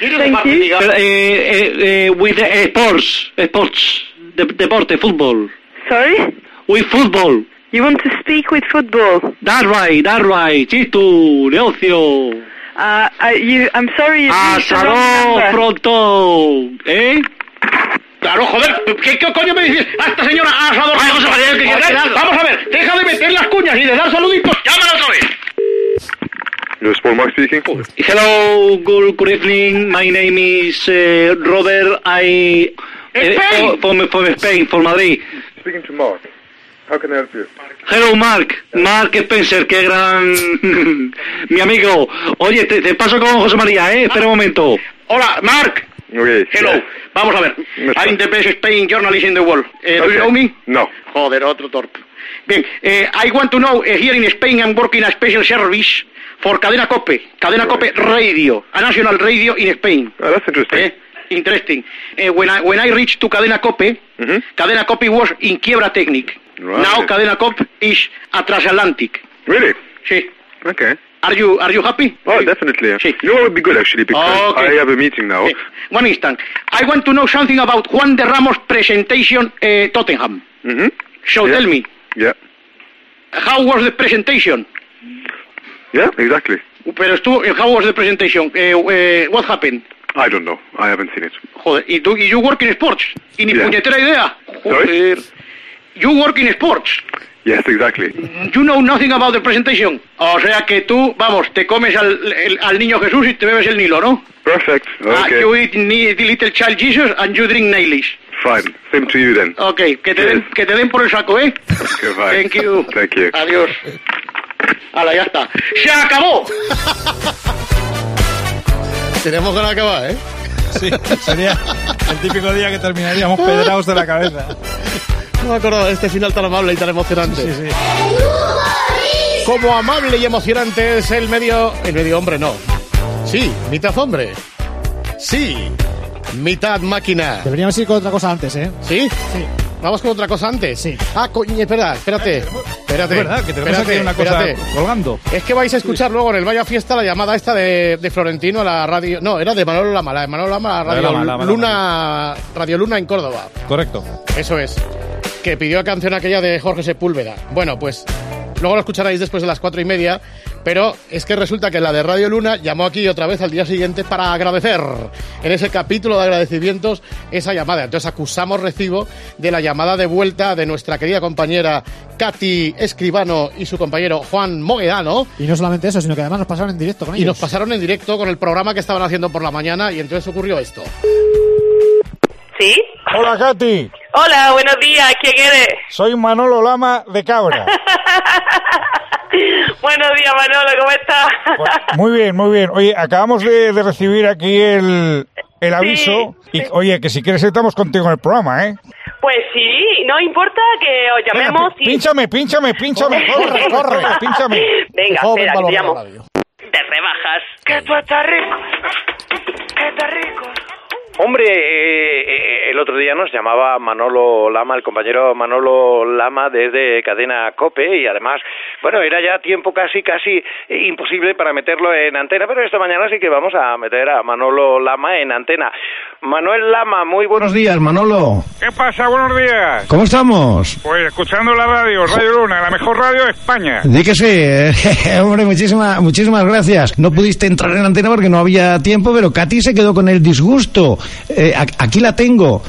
Speaker 21: Thank you.
Speaker 22: Eh, eh, eh, with eh, sports, sports, de, deporte, fútbol.
Speaker 21: Sorry?
Speaker 22: With football.
Speaker 21: You want to speak with football?
Speaker 22: That right, that right, Chitu, negocio. Ah,
Speaker 21: Uh, uh, you, I'm sorry you reached the wrong
Speaker 22: Asador,
Speaker 21: number.
Speaker 22: pronto, ¿eh?
Speaker 20: Claro, joder, ¿qué, qué coño me dices? A esta señora asador.
Speaker 22: Ay, José María, que-
Speaker 20: Joder,
Speaker 22: que- que-
Speaker 20: Vamos a ver, deja de meter las cuñas y de dar saluditos. Llámala otra vez.
Speaker 11: Eurosport Max speaking.
Speaker 22: Hello, good, good evening. My name is uh, Robert. I
Speaker 11: eh,
Speaker 22: uh,
Speaker 11: Spain.
Speaker 22: from, from Spain, from Madrid.
Speaker 11: Speaking to Mark. How can I help you?
Speaker 22: Hello, Mark. Mark Spencer, qué gran. (laughs) Mi amigo. Oye, te, te paso con José María, ¿eh? Espera un momento.
Speaker 20: Hola, Mark. Hello. Vamos a ver. I'm the best Spain journalist in the world. Eh, do you
Speaker 11: Okay.
Speaker 20: know me?
Speaker 11: No.
Speaker 20: Joder, otro torpe. Bien, eh, I want to know, eh, here in Spain I'm working a special service for Cadena Cope, Cadena Cope Radio, a national radio in Spain.
Speaker 11: Oh, that's interesting.
Speaker 20: Eh, interesting. Eh, when, I, when I reached to Cadena Cope,
Speaker 11: Mm-hmm.
Speaker 20: Cadena Cope was in quiebra technique.
Speaker 11: Right.
Speaker 20: Now Cadena Cope is a transatlantic.
Speaker 11: Really?
Speaker 20: Sí.
Speaker 11: Okay.
Speaker 20: Are you, are you happy?
Speaker 11: Oh, definitely. You know what would be good actually because
Speaker 20: Okay.
Speaker 11: I have a meeting now.
Speaker 20: One instant. I want to know something about Juan de Ramos' presentation uh, Tottenham.
Speaker 11: Mm-hmm.
Speaker 20: So
Speaker 11: Yeah.
Speaker 20: tell me,
Speaker 11: Yeah.
Speaker 20: how was the presentation? eh,
Speaker 11: Yeah. Exactly.
Speaker 22: Pero estuvo, how was the presentation? Eh, eh, what happened?
Speaker 11: I don't know. I haven't seen it.
Speaker 22: Joder, y tú, y you work in sports. Y ni
Speaker 11: Yeah.
Speaker 22: puñetera idea. Joder. You work in sports.
Speaker 11: Yes, exactly.
Speaker 22: You know nothing about the presentation. O sea que tú, vamos, te comes al, el- al niño Jesús y te bebes el Nilo, ¿no?
Speaker 11: Perfect.
Speaker 22: Ah,
Speaker 11: Okay.
Speaker 22: you eat ni- the little child Jesus and you drink Nailis.
Speaker 11: Fine. Same to you then.
Speaker 22: Ok, que te, den, que te den por el saco, ¿eh?
Speaker 11: Okay, bye.
Speaker 22: Thank you.
Speaker 11: Thank you.
Speaker 22: Adiós. Hala, ya está. ¡Se acabó!
Speaker 3: Tenemos que acabar, ¿eh?
Speaker 5: Sí, sería el típico día que terminaríamos pedrados de la cabeza.
Speaker 3: No me acuerdo de este final tan amable y tan emocionante. Sí, sí. Como amable y emocionante es el medio. El medio hombre, no. Sí, mitad hombre. Sí, mitad máquina.
Speaker 13: Deberíamos ir con otra cosa antes, ¿eh?
Speaker 3: ¿Sí? Sí. Vamos con otra cosa antes. Sí. Ah, coño, espera, espérate. Espérate.
Speaker 5: Ah, Es verdad, que tenemos
Speaker 3: espérate,
Speaker 5: aquí una cosa
Speaker 3: espérate.
Speaker 5: colgando.
Speaker 3: Es que vais a escuchar luego en el Vaya Fiesta la llamada esta de, de Florentino a la radio. No, era de Manolo Lama, la de Manolo Lama a
Speaker 5: La de
Speaker 3: Radio,
Speaker 5: Lama, Lama,
Speaker 3: Luna, radio Luna en Córdoba.
Speaker 5: Correcto.
Speaker 3: Eso es. Que pidió la canción aquella de Jorge Sepúlveda. Bueno, pues luego lo escucharéis después de las cuatro y media. Pero es que resulta que la de Radio Luna llamó aquí otra vez al día siguiente para agradecer en ese capítulo de agradecimientos esa llamada. Entonces acusamos recibo de la llamada de vuelta de nuestra querida compañera Katy Escribano y su compañero Juan Moguedano.
Speaker 13: Y no solamente eso, sino que además nos pasaron en directo con ellos.
Speaker 3: Y nos pasaron en directo con el programa que estaban haciendo por la mañana y entonces ocurrió esto.
Speaker 23: ¿Sí?
Speaker 5: Hola, Katy.
Speaker 23: Hola, buenos días, ¿quién eres?
Speaker 5: Soy Manolo Lama de Cabra.
Speaker 23: Buenos días, Manolo, ¿cómo estás? (laughs)
Speaker 5: Pues, Muy bien, muy bien. Oye, acabamos de, de recibir aquí el, el aviso. Y, oye, que si quieres estamos contigo en el programa, ¿eh?
Speaker 23: Pues sí, no importa que os llamemos y...
Speaker 5: Pínchame,
Speaker 23: (laughs)
Speaker 5: pínchame, pínchame. Corre, corre, pínchame.
Speaker 23: Venga,
Speaker 5: Joven
Speaker 23: espera, que te
Speaker 5: Paloma
Speaker 23: llamo. Te rebajas. Que tú estás rico, que estás rico.
Speaker 24: Hombre, eh, eh, el otro día nos llamaba Manolo Lama, el compañero Manolo Lama desde Cadena Cope y además, bueno, era ya tiempo casi, casi eh, imposible para meterlo en antena, pero esta mañana sí que vamos a meter a Manolo Lama en antena. Manuel Lama, muy buenos
Speaker 25: Buenos días, Manolo.
Speaker 26: ¿Qué pasa? Buenos días.
Speaker 25: ¿Cómo estamos?
Speaker 26: Pues escuchando la radio, Radio Luna, la mejor radio de España.
Speaker 25: Di que sí, eh. (laughs) hombre, muchísima- muchísimas gracias. No pudiste entrar en antena porque no había tiempo, pero Katy se quedó con el disgusto. Eh, a- aquí la tengo.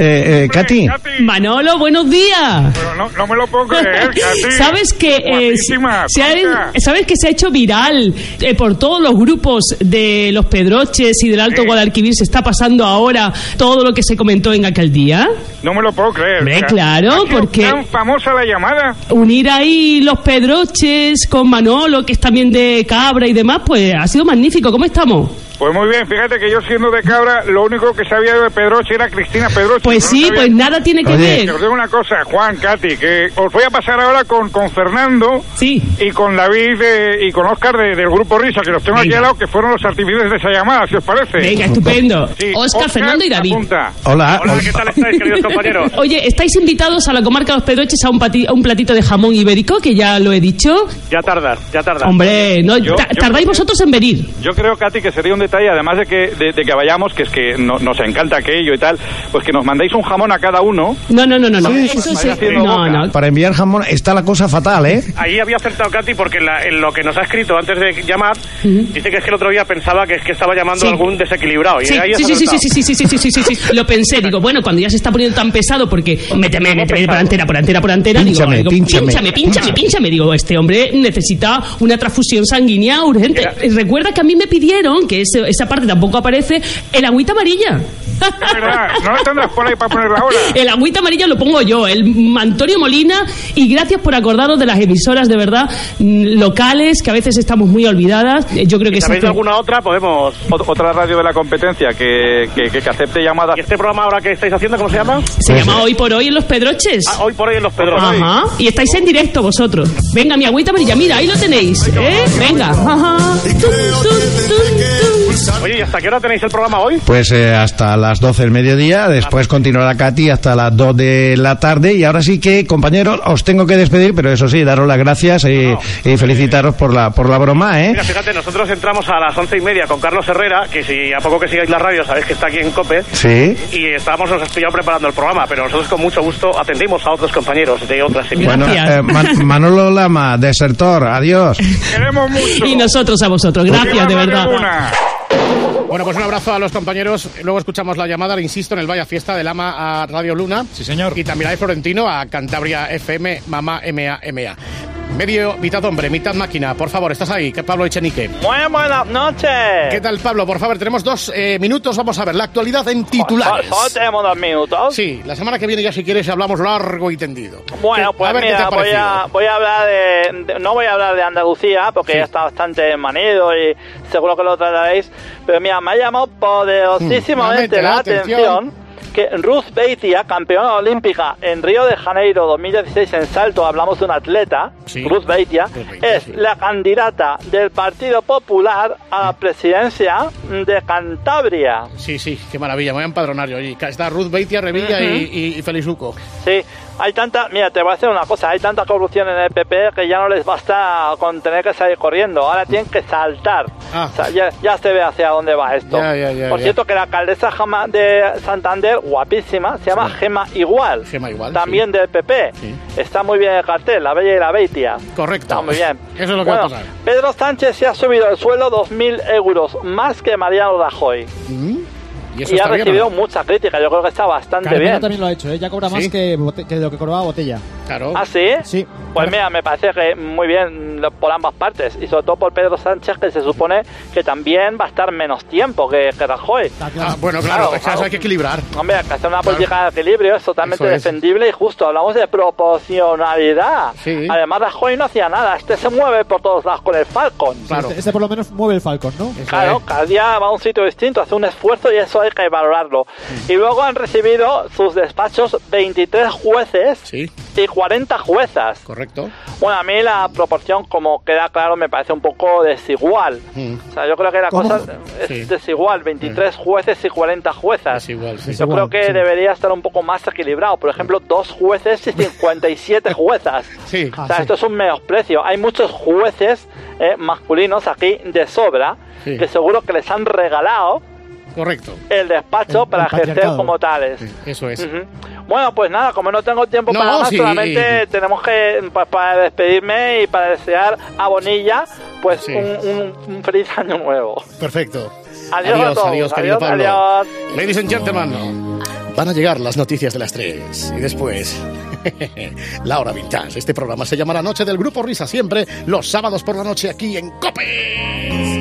Speaker 25: Eh, eh, Katy.
Speaker 27: Manolo, buenos días.
Speaker 26: No, no me lo puedo creer, casi.
Speaker 27: (laughs) ¿Sabes que, eh,
Speaker 26: Guapísima,
Speaker 27: se ha-
Speaker 26: flaca.
Speaker 27: ¿Sabes que se ha hecho viral eh, por todos los grupos de los Pedroches y del Alto Guadalquivir? ¿Se está pasando ahora todo lo que se comentó en aquel día?
Speaker 26: No me lo puedo creer.
Speaker 27: Hombre,
Speaker 26: Ca-
Speaker 27: claro,
Speaker 26: ha sido
Speaker 27: porque-
Speaker 26: tan famosa la llamada.
Speaker 27: Unir ahí los Pedroches con Manolo, que es también de Cabra y demás, pues ha sido magnífico. ¿Cómo estamos?
Speaker 26: Pues muy bien, fíjate que yo siendo de cabra, lo único que sabía de Pedroche era Cristina Pedroche.
Speaker 27: Pues sí, pues nada tiene que Oye. ver.
Speaker 26: Os digo una cosa, Juan, Katy, que os voy a pasar ahora con, con Fernando y con David eh, y con Oscar de- del Grupo Risa, que los tengo aquí
Speaker 27: Venga.
Speaker 26: al lado, que fueron los artífices de esa llamada, si os parece.
Speaker 27: Venga, estupendo.
Speaker 26: Sí,
Speaker 27: Oscar, Fernando y David.
Speaker 26: apunta.
Speaker 25: Hola.
Speaker 26: ¿qué tal estáis, queridos compañeros?
Speaker 27: (laughs) Oye, estáis invitados a la comarca Los Pedroches a un, pati- a un platito de jamón ibérico, que ya lo he dicho.
Speaker 26: Ya tardas, ya tardas.
Speaker 27: Hombre, no,
Speaker 26: Yo-
Speaker 27: ta-
Speaker 26: yo-
Speaker 27: tardáis vosotros en venir.
Speaker 26: Yo creo, Katy, que sería un detalle, además de que, de, de que vayamos, que es que no- nos encanta aquello y tal, pues que nos mandéis un jamón a cada uno.
Speaker 27: No, no, no, no. no.
Speaker 25: Sí, pues,
Speaker 27: Eso
Speaker 25: sí,
Speaker 27: sí.
Speaker 25: sí.
Speaker 26: haciendo
Speaker 27: No, no.
Speaker 25: Para enviar jamón está la cosa fatal, ¿eh?
Speaker 24: Ahí había acertado Katy porque la- en lo que nos ha escrito antes de llamar, dice que es que el otro día pensaba que es que estaba llamando a algún desequilibrado. Y
Speaker 27: Sí,
Speaker 24: ahí
Speaker 27: sí, sí, sí, sí, sí, sí, sí, sí, sí, sí, sí. Lo pensé, digo, bueno, cuando ya se está poniendo tan pesado, porque méteme, méteme por antena, por antena, por antena, digo,
Speaker 25: Pínchame,
Speaker 27: digo,
Speaker 25: pínchame,
Speaker 27: pínchame, pínchame, pínchame, digo, este hombre necesita una transfusión sanguínea urgente. Eh, Recuerda que a mí me pidieron, que ese- esa parte tampoco aparece, el agüita amarilla.
Speaker 26: verdad, no lo tendrás por ahí para ponerla ahora.
Speaker 27: (laughs) El agüita amarilla lo pongo yo, el M- Antonio Molina, y gracias por acordaros de las emisoras de verdad mm, locales, que a veces estamos muy olvidadas. Eh, Yo creo que sí.
Speaker 24: otra? Podemos.
Speaker 26: Otra radio de la competencia que, que, que- que acepte llamadas.
Speaker 24: ¿Y este programa ahora que estáis haciendo, cómo se llama?
Speaker 27: Se
Speaker 25: Pues
Speaker 27: llama Hoy por Hoy en los Pedroches.
Speaker 24: Ah, Hoy por hoy en los Pedros.
Speaker 27: Ajá. Y estáis en directo vosotros. Venga, mi agüita amarilla, mira, ahí lo tenéis. ¿eh? Venga. Ajá. Tum, tum, tum, tum.
Speaker 3: Oye, ¿y hasta qué hora tenéis el programa hoy?
Speaker 25: Pues eh, hasta las 12 del mediodía, después continuará Katy hasta las 2 de la tarde y ahora sí que, compañeros, os tengo que despedir, pero eso sí, daros las gracias y, y felicitaros por la, por la broma, ¿eh?
Speaker 3: Mira, fíjate, nosotros entramos a las once y media con Carlos Herrera, que si a poco que sigáis la radio sabéis que está aquí en COPE.
Speaker 25: Sí.
Speaker 3: Y estábamos, nos has pillado preparando el programa, pero nosotros con mucho gusto atendimos a otros compañeros de otras
Speaker 25: Bueno, eh, Man- Manolo Lama, desertor, adiós.
Speaker 27: (laughs) Y nosotros a vosotros. Gracias, de verdad.
Speaker 3: Bueno, pues un abrazo a los compañeros. Luego escuchamos la llamada, le insisto, en el Vaya Fiesta del Ama a Radio Luna. Sí, señor. Y también a Florentino, a Cantabria FM, Mamá MA, MA. Medio, mitad hombre, mitad máquina. Por favor, estás ahí, que Pablo Echenique.
Speaker 1: Muy buenas noches.
Speaker 3: ¿Qué tal, Pablo? Por favor, tenemos dos eh, minutos. Vamos a ver la actualidad en titulares.
Speaker 1: Solo- solo tenemos dos minutos.
Speaker 3: Sí, la semana que viene ya si quieres hablamos largo y tendido.
Speaker 1: Bueno,
Speaker 3: ¿Qué-
Speaker 1: pues
Speaker 3: a ver qué te
Speaker 1: mira,
Speaker 3: ha
Speaker 1: voy a,
Speaker 3: parecido?
Speaker 1: voy a hablar de, de- No voy a hablar de Andalucía, porque ya está bastante manido y seguro que lo trataréis. Pero mira, me ha llamado poderosísimamente
Speaker 3: Hmm,
Speaker 4: Realmente,
Speaker 1: la
Speaker 4: la
Speaker 1: atención. que Ruth Beitia, campeona olímpica en Río de Janeiro 2016 en salto, hablamos de una atleta, Ruth Beitia, es la candidata del Partido Popular a la presidencia de Cantabria.
Speaker 3: Sí, sí, qué maravilla. Me voy a empadronar yo. allí. Está Ruth Beitia, Revilla y-
Speaker 1: Ujú.
Speaker 3: y, y Felizuco.
Speaker 1: Sí, hay tanta, mira, te voy a decir una cosa, hay tanta corrupción en el PP que ya no les basta con tener que salir corriendo, ahora tienen que saltar. O sea, ya, ya se ve hacia dónde va esto.
Speaker 3: Ah. Ya, ya, ya,
Speaker 1: Por
Speaker 3: ya.
Speaker 1: cierto, que la alcaldesa Jama- de Santander, guapísima, se llama Gema Igual.
Speaker 3: Gema Igual,
Speaker 1: También del PP. Está muy bien el cartel, la bella y la beitia.
Speaker 3: Correcto.
Speaker 1: Está muy bien.
Speaker 3: Eso es lo que
Speaker 1: Bueno,
Speaker 3: va a pasar.
Speaker 1: Pedro Sánchez se ha subido al suelo 2.000 euros, más que Mariano Rajoy.
Speaker 3: Mm. Y,
Speaker 13: eso
Speaker 1: ha
Speaker 13: está bien,
Speaker 1: recibido
Speaker 13: ¿no?
Speaker 1: mucha crítica, yo creo que está bastante
Speaker 13: Carmena
Speaker 1: bien.
Speaker 13: también lo ha hecho, ella cobra más
Speaker 1: Sí.
Speaker 13: que, bote- que de lo que cobraba Botella.
Speaker 3: Claro.
Speaker 1: ¿Ah, sí?
Speaker 13: Sí.
Speaker 1: Pues mira, me parece que muy bien lo- por ambas partes y sobre todo por Pedro Sánchez que se supone que también va a estar menos tiempo que, que Rajoy.
Speaker 3: Ah, bueno, claro, es que eso hay que equilibrar.
Speaker 1: Hombre, hay que hacer una política de equilibrio es totalmente
Speaker 3: Eso es.
Speaker 1: defendible y justo. Hablamos de proporcionalidad.
Speaker 3: Sí.
Speaker 1: Además, Rajoy no hacía nada. Este se mueve por todos lados con el Falcon.
Speaker 13: Este, este por lo menos mueve el Falcon, ¿no?
Speaker 3: Eh.
Speaker 1: Claro, cada día va a un sitio distinto, hace un esfuerzo y eso hay que valorarlo. Y luego han recibido sus despachos 23 jueces y 40 juezas.
Speaker 3: Correcto.
Speaker 1: Bueno, a mí la proporción, como queda claro, me parece un poco desigual. O sea, yo creo que la
Speaker 4: ¿Cómo?
Speaker 1: cosa es
Speaker 4: Sí.
Speaker 1: desigual, 23 jueces y 40 juezas.
Speaker 3: sí.
Speaker 1: Yo
Speaker 4: Desigual,
Speaker 1: creo que
Speaker 4: sí.
Speaker 1: debería estar un poco más equilibrado. Por ejemplo, dos jueces y 57 juezas.
Speaker 3: Sí.
Speaker 1: O sea, esto es un menosprecio. Hay muchos jueces eh, masculinos aquí de sobra
Speaker 3: Sí.
Speaker 1: que seguro que les han regalado
Speaker 3: Correcto.
Speaker 1: el despacho para ejercer
Speaker 3: patriarcado.
Speaker 1: como tales.
Speaker 3: Eso es.
Speaker 1: Ujú. Bueno, pues nada, como no tengo tiempo
Speaker 3: No,
Speaker 1: para más,
Speaker 3: sí.
Speaker 1: solamente tenemos que, pues, para despedirme y para desear a Bonilla, pues
Speaker 3: Sí.
Speaker 1: un, un- un feliz año nuevo.
Speaker 3: Perfecto.
Speaker 1: Adiós, a
Speaker 3: adiós,
Speaker 1: todos.
Speaker 3: adiós, querido
Speaker 1: Adiós,
Speaker 3: Pablo.
Speaker 1: adiós.
Speaker 3: Ladies and gentlemen, van a llegar las noticias de las 3 y después (laughs) la hora vintage. Este programa se llamará Noche del Grupo Risa, siempre los sábados por la noche aquí en COPE.